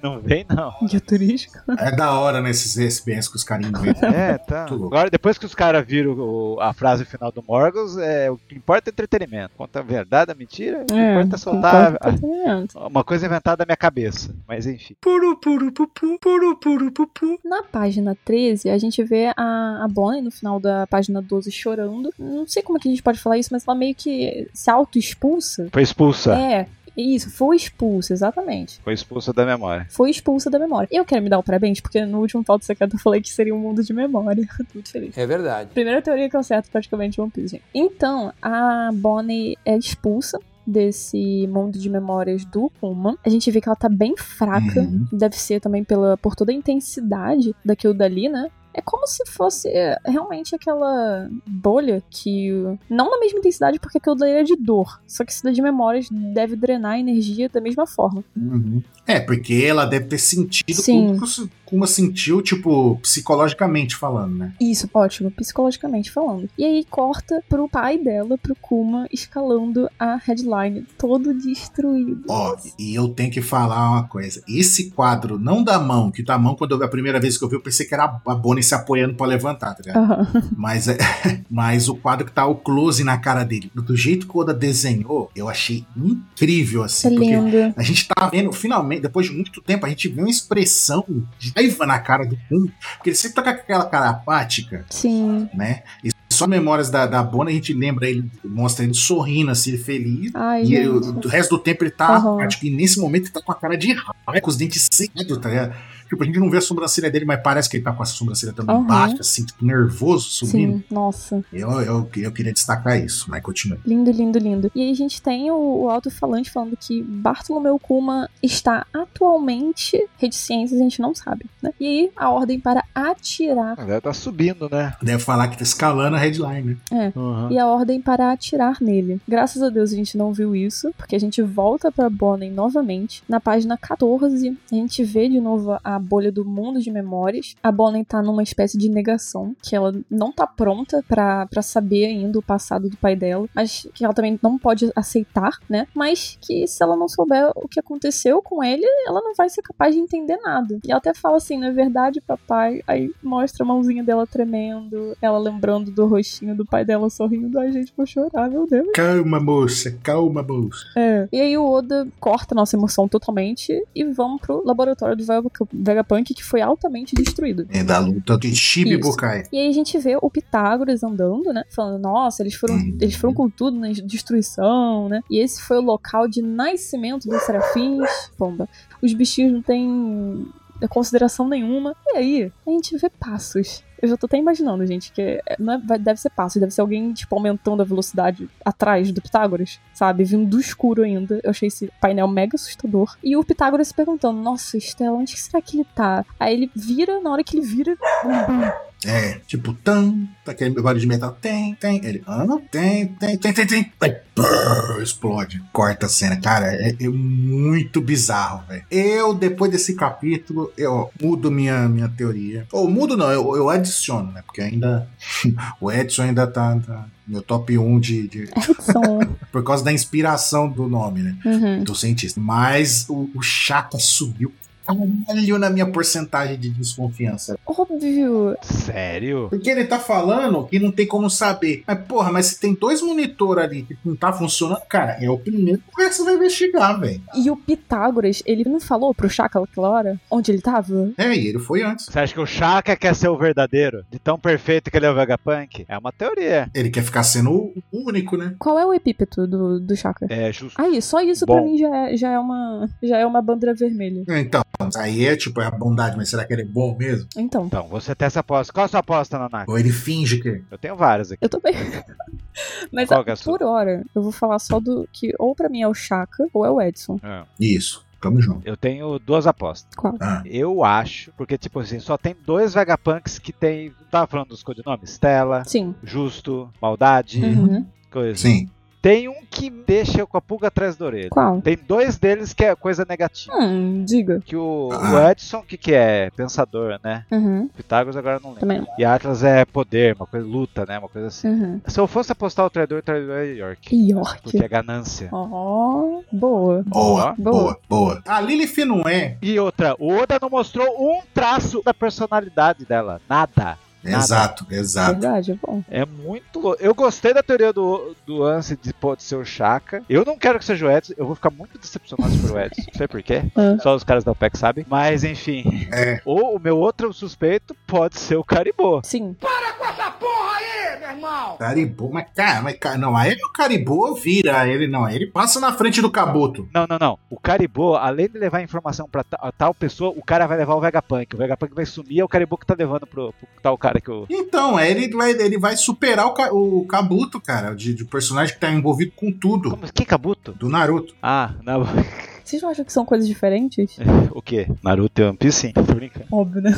Speaker 3: não vem não.
Speaker 2: Hum, Guia turístico.
Speaker 1: É da hora nesses SBS que os caras inventam.
Speaker 3: É, tá.
Speaker 1: Muito louco.
Speaker 3: Agora, depois que os caras viram o- a frase final do Morgans, é, o que importa é entretenimento. Conta a verdade, a mentira, o que importa é soltar a- a- uma coisa inventada da minha cabeça. Mas enfim. Puru, puru, pupu, puru, puru, pupu.
Speaker 2: Na página 13, a gente vê a, a Bonnie no final da página 12 chorando. Não sei como é que a gente pode falar isso, mas ela meio que se auto-expulsa.
Speaker 3: Foi expulsa.
Speaker 2: É, isso, foi expulsa, exatamente.
Speaker 3: Foi expulsa da memória.
Speaker 2: Foi expulsa da memória. Eu quero me dar o parabéns, porque no último pauta secreto eu falei que seria um mundo de memória. Tô Muito feliz.
Speaker 5: É verdade.
Speaker 2: Primeira teoria que eu acerto praticamente de One Piece, gente. Então, a Bonnie é expulsa desse mundo de memórias do Kuma. A gente vê que ela tá bem fraca.
Speaker 1: Uhum.
Speaker 2: Deve ser também pela, por toda a intensidade daquilo dali, né? É como se fosse é, realmente aquela bolha que. Não na mesma intensidade, porque aquilo dali é de dor. Só que isso daí de memórias deve drenar a energia da mesma forma.
Speaker 1: Uhum. É, porque ela deve ter sentido
Speaker 2: Sim.
Speaker 1: como, como sentiu, tipo, psicologicamente falando, né?
Speaker 2: Isso, ótimo, psicologicamente falando. E aí corta pro pai dela, pro Kuma, escalando a headline, todo destruído.
Speaker 1: Ó, e eu tenho que falar uma coisa. Esse quadro, não da mão, que da mão, quando eu vi a primeira vez que eu vi, eu pensei que era a Bonnie se apoiando pra levantar, tá ligado?
Speaker 2: Aham.
Speaker 1: Mas, é- mas o quadro que tá o close na cara dele, do jeito que o Oda desenhou, eu achei incrível,
Speaker 2: Isso é
Speaker 1: assim. Porque
Speaker 2: lindo.
Speaker 1: a gente tá vendo, finalmente, depois de muito tempo, a gente vê uma expressão de raiva na cara do Kun. Porque ele sempre tá com aquela cara apática,
Speaker 2: Sim.
Speaker 1: né? E só memórias da, da Bona a gente lembra ele, mostra ele sorrindo, assim, feliz.
Speaker 2: Ai,
Speaker 1: E eu-
Speaker 2: gente.
Speaker 1: do resto do tempo ele tá
Speaker 2: Aham.
Speaker 1: apático. E nesse momento ele tá com a cara de raiva, com os dentes secos, tá ligado? Tipo, a gente não vê a sobrancelha dele, mas parece que ele tá com a sobrancelha também
Speaker 2: Aham.
Speaker 1: baixa, assim, tipo, nervoso, subindo.
Speaker 2: Sim, nossa.
Speaker 1: Eu, eu, eu queria destacar isso, mas continua.
Speaker 2: Lindo, lindo, lindo. E aí a gente tem o, o alto-falante falando que Bartolomeu Kuma está atualmente reticência, a gente não sabe, né? E aí a ordem para atirar.
Speaker 3: Ela tá subindo, né?
Speaker 1: Deve falar que tá escalando a headline, né?
Speaker 2: E a ordem para atirar nele. Graças a Deus a gente não viu isso, porque a gente volta pra Bonnie novamente. Na página 14, a gente vê de novo a bolha do mundo de memórias. A Bonnie tá numa espécie de negação, que ela não tá pronta pra pra saber ainda o passado do pai dela, mas que ela também não pode aceitar, né? Mas que se ela não souber o que aconteceu com ele, ela não vai ser capaz de entender nada. E ela até fala assim, não é verdade, papai? Aí mostra a mãozinha dela tremendo, ela lembrando do rostinho do pai dela sorrindo. Ai, gente, vou chorar, meu Deus.
Speaker 1: Calma, moça, calma, moça.
Speaker 2: É. E aí o Oda corta a nossa emoção totalmente e vamos pro laboratório do Vega- Vegapunk, que foi altamente destruído.
Speaker 1: É da luta de Chibi
Speaker 2: Isso.
Speaker 1: Bukai.
Speaker 2: E aí a gente vê o Pitágoras andando, né? Falando, nossa, eles foram,
Speaker 1: Uhum.
Speaker 2: eles foram com tudo na destruição, né? E esse foi o local de nascimento dos serafins. Pomba. eh, Os bichinhos não têm consideração nenhuma. E aí, a gente vê passos. Eu já tô até imaginando, gente, que é- não é- vai- deve ser passo, deve ser alguém, tipo, aumentando a velocidade atrás do Pitágoras, sabe? Vindo do escuro ainda. Eu achei esse painel mega assustador. E o Pitágoras se perguntando, nossa, Estela, onde que será que ele tá? Aí ele vira, na hora que ele vira, bum, bum,
Speaker 1: É, tipo, tan, tá aquele barulho de metal, tem, tem, ele, ah, tem, tem, tem, tem, tem, aí, brrr, explode, corta a cena, cara, é, é muito bizarro, velho. Eu, depois desse capítulo, eu mudo minha, minha teoria, ou mudo não, eu, eu adiciono, né, porque ainda, o Edson ainda tá, tá no meu top 1 de, de-
Speaker 2: Edson.
Speaker 1: por causa da inspiração do nome, né,
Speaker 2: Uhum.
Speaker 1: do cientista, mas o, o Chaka subiu, caralho, na minha porcentagem de desconfiança,
Speaker 2: Óbvio.
Speaker 3: Sério?
Speaker 1: porque ele tá falando que não tem como saber. Mas, porra, mas se tem dois monitor ali que não tá funcionando, cara, é o primeiro lugar que você vai investigar, velho.
Speaker 2: E o Pitágoras, ele não falou pro Chaka aquela hora onde ele tava?
Speaker 1: É, e ele foi antes.
Speaker 3: Você acha que o Chaka quer ser o verdadeiro? De tão perfeito que ele é o Vegapunk? É uma teoria.
Speaker 1: Ele quer ficar sendo o único, né?
Speaker 2: Qual é o epípeto do, do Chaka?
Speaker 3: É justo.
Speaker 2: Aí, só isso pra
Speaker 3: Bom.
Speaker 2: mim já é, já é uma já é uma bandeira vermelha.
Speaker 1: Então, aí é tipo, é a bondade, mas será que ele é bom mesmo?
Speaker 2: Então,
Speaker 3: Então, você tem essa aposta. Qual a sua aposta, Nanaka?
Speaker 1: Ou ele finge que. é?
Speaker 3: Eu tenho várias aqui.
Speaker 2: eu também. Mas
Speaker 3: Qual que é a sua?
Speaker 2: por hora, eu vou falar só do que ou pra mim é o Chaka ou é o Edson.
Speaker 3: Ah,
Speaker 1: Isso, tamo junto.
Speaker 3: Eu tenho duas apostas.
Speaker 2: Qual?
Speaker 1: Ah,
Speaker 3: Eu acho, porque, tipo assim, só tem dois Vegapunks que tem. Não tava falando dos codinomes? Stella,
Speaker 2: Sim.
Speaker 3: Justo, Maldade,
Speaker 2: Uhum.
Speaker 3: coisa.
Speaker 1: sim.
Speaker 3: Tem um que me deixa eu com a pulga atrás da orelha.
Speaker 2: Qual?
Speaker 3: Tem dois deles que é coisa negativa.
Speaker 2: Hum, diga.
Speaker 3: Que o, o
Speaker 1: Ah.
Speaker 3: Edson, que, que é pensador, né?
Speaker 2: Uhum.
Speaker 3: Pitágoras agora eu não lembro.
Speaker 2: Também não.
Speaker 3: E Atlas é poder, uma coisa, luta, né? Uma coisa assim.
Speaker 2: Uhum.
Speaker 3: Se eu fosse apostar o traidor, o traidor é York. Porque
Speaker 2: York.
Speaker 3: é ganância.
Speaker 2: Ó, boa.
Speaker 1: Boa,
Speaker 3: Boa.
Speaker 1: boa, boa. A Lilith não é.
Speaker 3: E outra, o Oda não mostrou um traço da personalidade dela. Nada. Nada.
Speaker 1: É, Exato,
Speaker 3: Ah.
Speaker 1: exato.
Speaker 2: Verdade, é bom.
Speaker 3: É muito louco. Eu gostei da teoria do, do Anse de pode ser o Chaka. Eu não quero que seja o Edson. Eu vou ficar muito decepcionado se for o Edson. Não sei porquê.
Speaker 2: Ah.
Speaker 3: Só os caras da OPEC sabem. Mas enfim.
Speaker 1: É.
Speaker 3: Ou o meu outro suspeito pode ser o Caribou.
Speaker 2: Sim.
Speaker 1: Caribou, mas cara, mas cara, não, aí é o Caribou vira, ele não, ele passa na frente do Caboto.
Speaker 3: Não, não, não. O Caribou, além de levar informação pra ta- a tal pessoa, o cara vai levar o Vegapunk. O Vegapunk vai sumir, é o Caribou que tá levando pro, pro tal cara que o.
Speaker 1: Então, aí ele vai, ele vai superar o, Ca- o Kabuto, cara, de, de personagem que tá envolvido com tudo
Speaker 3: Como? Que Kabuto?
Speaker 1: do Naruto.
Speaker 3: Ah, na...
Speaker 2: Vocês não acham que são coisas diferentes?
Speaker 3: o quê? Naruto e One Piece, sim. Tô brincando.
Speaker 2: Óbvio, né?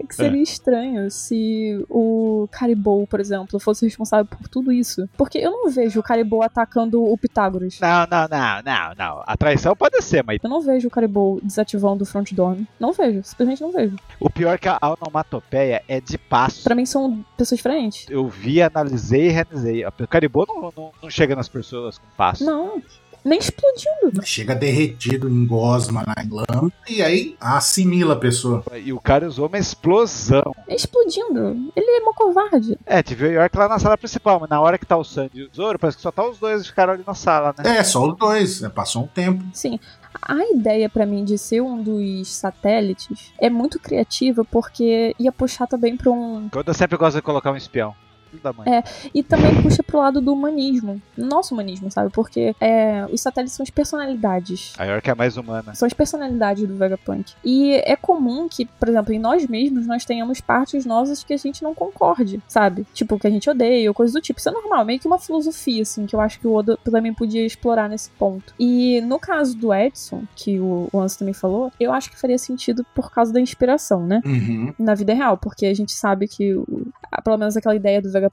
Speaker 2: É que seria estranho se o Caribou, por exemplo, fosse responsável por tudo isso. Porque eu não vejo o Caribou atacando o Pitágoras.
Speaker 3: Não, não, não, não, não. A traição pode ser, mas
Speaker 2: Eu não vejo o Caribou desativando o Front Dorm. Não vejo, simplesmente não vejo.
Speaker 3: o pior é que a onomatopeia é de passo.
Speaker 2: Pra mim são pessoas diferentes.
Speaker 3: Eu vi, analisei e realizei. O Caribou não, não, não chega nas pessoas com passo.
Speaker 2: Não, nem explodindo.
Speaker 1: Chega derretido em gosma, na lama, e aí assimila a pessoa.
Speaker 3: E o cara usou uma explosão.
Speaker 2: Nem explodindo. Ele é mó covarde.
Speaker 3: É, teve o York lá na sala principal, mas na hora que tá o Sandy e o Zoro, parece que só tá os dois ficaram ali na sala, né?
Speaker 1: É, só os dois, né? passou um tempo.
Speaker 2: Sim. A ideia pra mim de ser um dos satélites é muito criativa porque ia puxar também pra um
Speaker 3: Quando eu sempre gosto de colocar um espião. Filho Da mãe.
Speaker 2: É. E também puxa pro lado do humanismo. Nosso humanismo, sabe? Porque é, os satélites são as personalidades.
Speaker 3: A York é mais humana.
Speaker 2: São as personalidades do Vegapunk. E é comum que, por exemplo, em nós mesmos, nós tenhamos partes nossas que a gente não concorde, sabe? Tipo, que a gente odeia, ou coisa do tipo. Isso é normal, meio que uma filosofia, assim, que eu acho que o Oda também podia explorar nesse ponto. E no caso do Edson, que o, o Anso também falou, eu acho que faria sentido por causa da inspiração, né?
Speaker 1: Uhum.
Speaker 2: na vida real, porque a gente sabe que, o- a- pelo menos aquela ideia do Vegapunk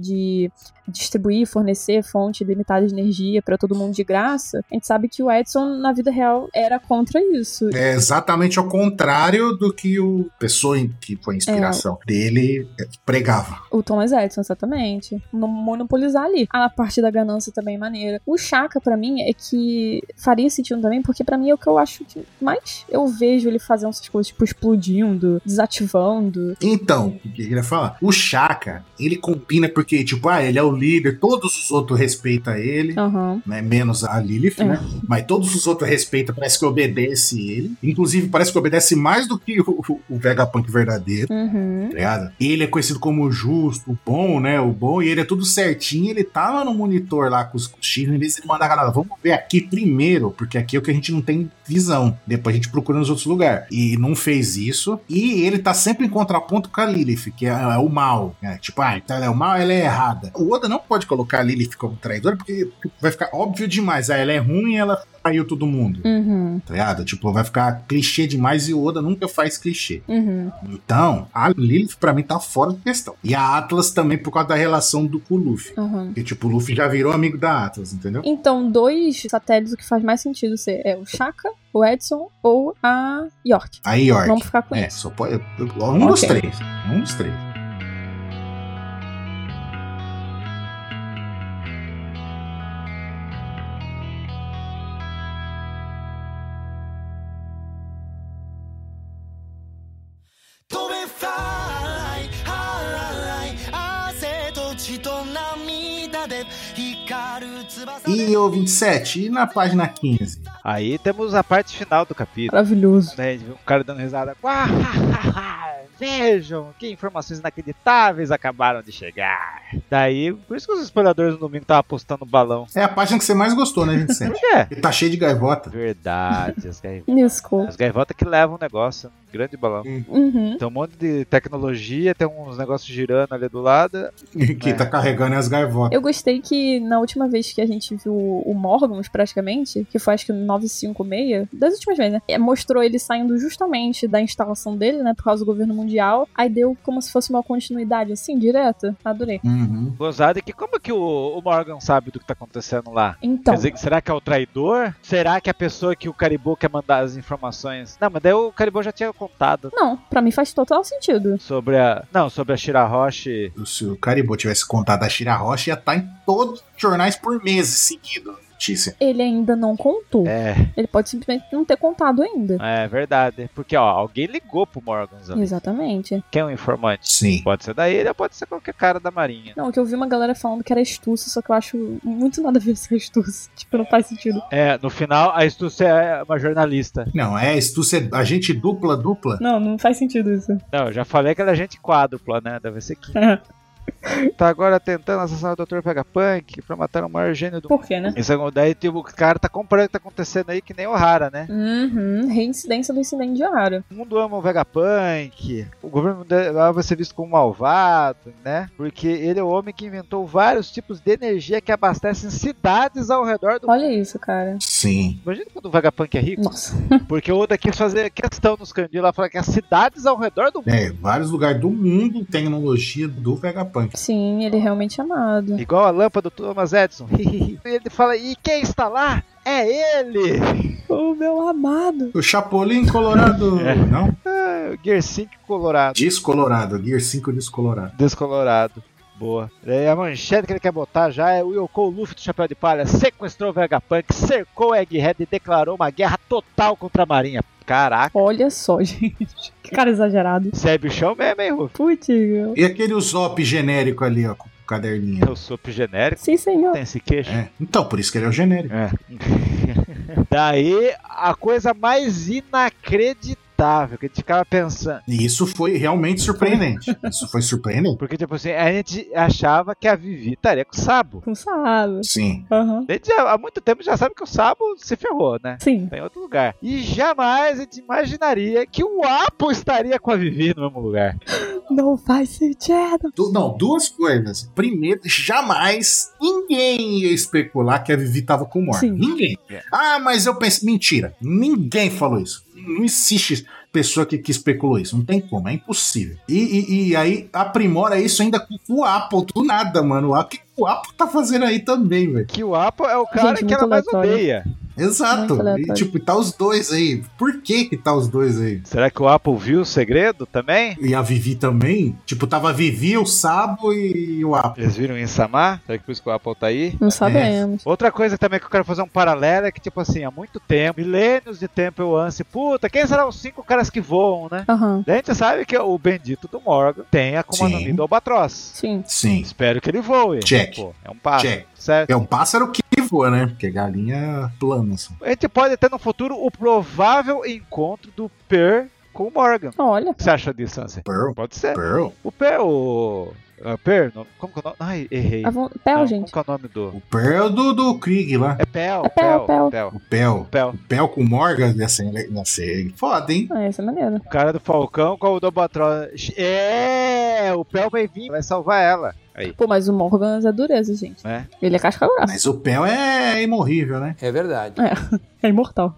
Speaker 2: de distribuir, fornecer fonte limitada de energia pra todo mundo de graça, a gente sabe que o Edson na vida real era contra isso.
Speaker 1: É exatamente ao contrário do que o pessoa em- que foi a inspiração dele é, pregava.
Speaker 2: O Thomas Edison, exatamente. Não monopolizar ali. A parte da ganância também é maneira. O Chaka, pra mim, é que faria sentido também, porque pra mim é o que eu acho que mais eu vejo ele fazendo essas coisas, tipo, explodindo, desativando.
Speaker 1: Então, o que eu queria falar? O Chaka, ele combina porque, tipo, ah, ele é o líder, todos os outros respeitam ele,
Speaker 2: Aham.
Speaker 1: né? Menos a Lilith,
Speaker 2: É.
Speaker 1: né? Mas todos os outros respeitam, parece que obedece ele. Inclusive, parece que obedece mais do que o, o- o Vegapunk verdadeiro.
Speaker 2: Uhum.
Speaker 1: Tá ligado? Ele é conhecido como o justo, o bom, né? O bom, e ele é tudo certinho. Ele tava no monitor lá com os cochilos, em vez de ele mandar a galera, vamos ver aqui primeiro, porque aqui é o que a gente não tem visão. Depois a gente procura nos outros lugares. E não fez isso. E ele tá sempre em contraponto com a Lilith, que é, é o mal. né? Tipo, ah, então ela é o mal, ela é errada. O Oda não pode colocar a Lilith como traidora, porque vai ficar óbvio demais. Ah, ela é ruim e ela traiu todo mundo.
Speaker 2: Uhum.
Speaker 1: Tá ligado? Tipo, vai ficar clichê demais e o Oda nunca faz clichê.
Speaker 2: Uhum.
Speaker 1: Então, a Lilith pra mim tá fora de questão. E a Atlas também por causa da relação do com o Luffy.
Speaker 2: Uhum.
Speaker 1: Porque, tipo, o Luffy já virou amigo da Atlas, entendeu?
Speaker 2: Então, dois satélites, o que faz mais sentido ser é o Chaka, o Edson ou a York.
Speaker 1: Aí, York.
Speaker 2: Vamos ficar com
Speaker 1: É,
Speaker 2: isso.
Speaker 1: só pode. Um dos
Speaker 2: Ok.
Speaker 1: três. Um dos três.
Speaker 4: 止めさない払い汗と血と涙で光る翼で
Speaker 1: E o 27, e na página 15?
Speaker 3: Aí temos a parte final do capítulo.
Speaker 2: Maravilhoso.
Speaker 3: Né, de ver um cara dando risada. Quá, Vejam que informações inacreditáveis acabaram de chegar. Daí, por isso que os exploradores no domingo estavam apostando balão.
Speaker 1: É a página que você mais gostou, né, 27?
Speaker 3: Por quê?
Speaker 1: Ele tá cheio de gaivota.
Speaker 3: Verdade, as gaivotas.
Speaker 2: Então. Nisco.
Speaker 3: As gaivotas que levam o negócio. um Grande balão.
Speaker 2: Uhum.
Speaker 3: Tem um monte de tecnologia, tem uns negócios girando ali do lado.
Speaker 1: que
Speaker 3: É.
Speaker 1: tá carregando as gaivotas.
Speaker 2: Eu gostei que na última vez que a gente viu o Morgans, praticamente, que foi acho que no 956, das últimas vezes, né? é, Mostrou ele saindo justamente da instalação dele, né? Por causa do governo mundial. Aí deu como se fosse uma continuidade, assim, direta. Adorei.
Speaker 1: Uhum.
Speaker 3: Gozado é que como que o, o Morgan sabe do que tá acontecendo lá?
Speaker 2: Então.
Speaker 3: Quer dizer, que será que é o traidor? Será que é a pessoa que o Caribou quer mandar as informações? Não, mas daí o Caribou já tinha contado
Speaker 2: Não, pra mim faz total sentido.
Speaker 3: sobre a. Não, sobre a Shirahoshi.
Speaker 1: Se o Caribou tivesse contado a Shira Rocha, ia estar em todos os jornais por meses seguido. a Notícia.
Speaker 2: Ele ainda não contou.
Speaker 3: É,
Speaker 2: Ele pode simplesmente não ter contado ainda.
Speaker 3: é verdade. Porque, ó, alguém ligou pro Morgan. Zan.
Speaker 2: Exatamente.
Speaker 3: Quem é o informante?
Speaker 1: Sim.
Speaker 3: Pode ser da ilha, pode ser qualquer cara da marinha.
Speaker 2: Não, que eu vi uma galera falando que era astúcia, só que eu acho muito nada a ver com astúcia. Tipo, não faz sentido.
Speaker 3: É, no final, a Estúcia é uma jornalista.
Speaker 1: Não, é, se tu ser agente dupla, dupla.
Speaker 2: Não, não faz sentido isso.
Speaker 3: Não, eu já falei que ela é gente quádrupla, né? Deve ser que. tá agora tentando assassinar o Dr. Vegapunk pra matar o maior gênio do
Speaker 2: Por quê, né?
Speaker 3: Isso é, daí tipo, o cara tá comprando o que tá acontecendo aí que nem o Hara, né?
Speaker 2: Uhum, reincidência do incidente diário.
Speaker 3: O mundo ama o Vegapunk, o governo mundial vai ser visto como malvado, né? Porque ele é o homem que inventou vários tipos de energia que abastecem cidades ao redor do
Speaker 2: Olha isso, cara.
Speaker 1: Sim.
Speaker 3: Imagina quando o Vegapunk é rico,
Speaker 2: Nossa.
Speaker 3: porque o Oda quis fazer questão nos candilos lá, falar que as cidades ao redor do mundo.
Speaker 1: É, vários lugares do mundo tecnologia do Vegapunk.
Speaker 2: Sim, ele é realmente amado.
Speaker 3: Igual a lâmpada do Thomas Edison. E ele fala, e quem está lá? É ele!
Speaker 2: O meu amado.
Speaker 1: O Chapolin Colorado. Não?
Speaker 3: É, o Gear 5 colorado.
Speaker 1: Descolorado. Gear 5 descolorado.
Speaker 3: Descolorado. Boa. Daí a manchete que ele quer botar já é o Yoko Luffy do Chapéu de Palha sequestrou o Vegapunk, cercou o Egghead e declarou uma guerra total contra a Marinha. Caraca.
Speaker 2: Olha só, gente. Que cara exagerado.
Speaker 3: Você é bichão mesmo, hein, Ruff?
Speaker 2: Putz.
Speaker 1: E aquele Usopp genérico ali, ó, com o caderninho.
Speaker 3: Eu sou genérico,
Speaker 2: Sim, senhor.
Speaker 3: tem esse queixo.
Speaker 1: É. Então, por isso que ele é o genérico.
Speaker 3: É. Daí, a coisa mais inacreditável que a gente ficava pensando.
Speaker 1: E isso foi realmente surpreendente. Isso foi surpreendente.
Speaker 3: Porque, tipo assim, a gente achava que a Vivi estaria com o Sabo.
Speaker 2: Não sabe.
Speaker 1: Sim.
Speaker 2: Aham.
Speaker 3: A gente já- há muito tempo já sabe que o Sabo se ferrou, né?
Speaker 2: Sim.
Speaker 3: Tá em outro lugar. E jamais a gente imaginaria que o Apo estaria com a Vivi no mesmo lugar.
Speaker 2: Não faz sentido.
Speaker 1: Du- não, duas coisas. Primeiro, jamais ninguém ia especular que a Vivi tava com o Morgan.
Speaker 2: Sim.
Speaker 1: Ninguém.
Speaker 3: É.
Speaker 1: Ah, mas eu pensei. Mentira. Ninguém falou isso. Não existe pessoa que, que especulou isso. Não tem como, é impossível. E, e- e aí aprimora isso ainda com o Apple, do nada, mano. O Apple, o que o Apple tá fazendo aí também, velho.
Speaker 3: Que o Apo é o cara
Speaker 2: Gente,
Speaker 3: que
Speaker 2: muito
Speaker 3: ela mais
Speaker 2: aleatório.
Speaker 3: odeia.
Speaker 1: Exato.
Speaker 2: Muito
Speaker 1: E,
Speaker 2: aleatório.
Speaker 1: tipo, tá os dois aí. Por que que tá os dois aí?
Speaker 3: Será que o Apple viu o segredo também?
Speaker 1: E a Vivi também? Tipo, tava a Vivi, o Sabo e o Apo.
Speaker 3: Eles viram em Samar? Será que por isso que o Apple tá aí?
Speaker 2: Não sabemos.
Speaker 3: Outra coisa também que eu quero fazer um paralelo é que, tipo assim, há muito tempo, milênios de tempo eu anse, puta, quem serão os cinco caras que voam, né?
Speaker 2: Aham.
Speaker 3: A gente sabe que o bendito do Morgan tem a Akuma no
Speaker 1: Sim.
Speaker 3: Mi do Albatroz.
Speaker 2: Sim.
Speaker 1: Sim.
Speaker 3: Espero que ele voe.
Speaker 1: Check.
Speaker 3: Pô, é um passo,
Speaker 1: Check.
Speaker 3: certo?
Speaker 1: É um pássaro que voa, né? Porque galinha plana, assim.
Speaker 3: A gente pode ter no futuro o provável encontro do Per com o Morgan.
Speaker 2: Olha.
Speaker 3: O que você acha disso, Anse?
Speaker 1: Pearl.
Speaker 3: Pode ser.
Speaker 1: Pearl.
Speaker 3: O Per, o... é Per, não- como que é o nome? Ai, errei.
Speaker 2: A vo- Pel,
Speaker 3: Não,
Speaker 2: gente.
Speaker 3: Como que é o nome do...
Speaker 1: O Pearl do, do Krieg lá.
Speaker 3: É Pel,
Speaker 2: É
Speaker 3: Pel,
Speaker 2: Pel,
Speaker 3: Pel.
Speaker 2: Pel.
Speaker 1: O Pel.
Speaker 3: Pel.
Speaker 1: O Pel com Morgan né? Assim, ia ser, ia ser foda, hein?
Speaker 2: Ah, essa é maneira.
Speaker 3: O cara do Falcão com o do Albatroz. É! O Pel vai vir, vai salvar ela. Aí.
Speaker 2: Pô, mas o Morgan é dureza, gente.
Speaker 3: Né?
Speaker 2: Ele é casca grossa.
Speaker 1: Mas o Pel é imorrível, né?
Speaker 5: É verdade.
Speaker 2: É imortal.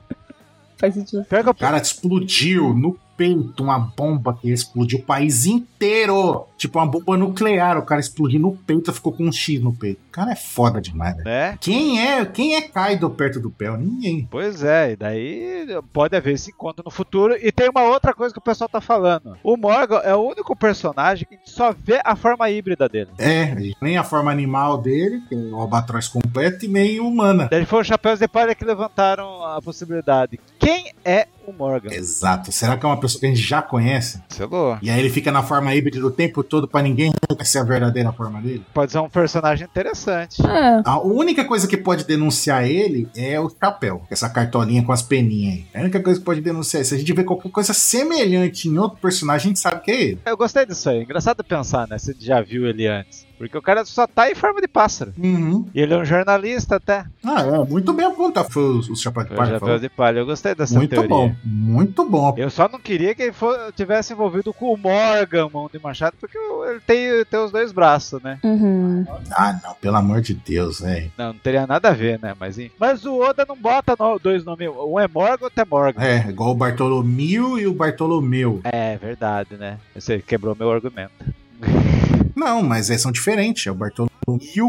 Speaker 2: Faz sentido.
Speaker 3: Pior que é eu
Speaker 1: O cara explodiu no peito uma bomba que explodiu o país inteiro. Tipo uma bomba nuclear. O cara explodiu no peito ficou com um X no peito. O cara é foda demais, velho.
Speaker 3: né?
Speaker 1: Quem é, quem é Kaido perto do Pel? Ninguém.
Speaker 3: Pois é, e daí pode haver esse encontro no futuro. E tem uma outra coisa que o pessoal tá falando. O Morgan é o único personagem que só vê a forma híbrida dele.
Speaker 1: É, nem a forma animal dele, que é o albatroz completo, e nem humana.
Speaker 3: Daí foram os chapéus de palha que levantaram a possibilidade. Quem é o Morgan?
Speaker 1: Exato. Será que é uma pessoa que a gente já conhece?
Speaker 3: Sei lá.
Speaker 1: E aí ele fica na forma híbrida o tempo todo pra ninguém reconhecer a verdadeira forma dele?
Speaker 3: Pode ser um personagem interessante.
Speaker 2: É.
Speaker 1: A única coisa que pode denunciar ele é o chapéu, essa cartolinha com as peninhas aí. É a única coisa que pode denunciar. Se a gente vê qualquer coisa semelhante em outro personagem, a gente sabe que é ele.
Speaker 3: Eu gostei disso aí. Engraçado pensar, né? Se já viu ele antes. Porque o cara só tá em forma de pássaro.
Speaker 1: Uhum.
Speaker 3: E ele é um jornalista até.
Speaker 1: Ah, é, muito bem apontado. Foi o, o chapéu de
Speaker 3: Foi o
Speaker 1: palha. que
Speaker 3: chapéu
Speaker 1: É, falou.
Speaker 3: de palha. Eu gostei dessa
Speaker 1: Muito
Speaker 3: teoria.
Speaker 1: bom, muito bom.
Speaker 3: Eu só não queria que ele fo- tivesse envolvido com o Morgan, mão de machado, porque ele tem, tem os dois braços, né?
Speaker 2: Uhum.
Speaker 1: Ah, não, pelo amor de Deus, velho.
Speaker 3: Não, não teria nada a ver, né? Mas, enfim. Mas o Oda não bota no- dois nomes. Um é Morgan, outro é Morgan.
Speaker 1: É, igual o Bartolomeu e o Bartolomeu.
Speaker 3: É verdade, né? Você quebrou meu argumento.
Speaker 1: Não, mas eles são diferentes. É o Bartolomeu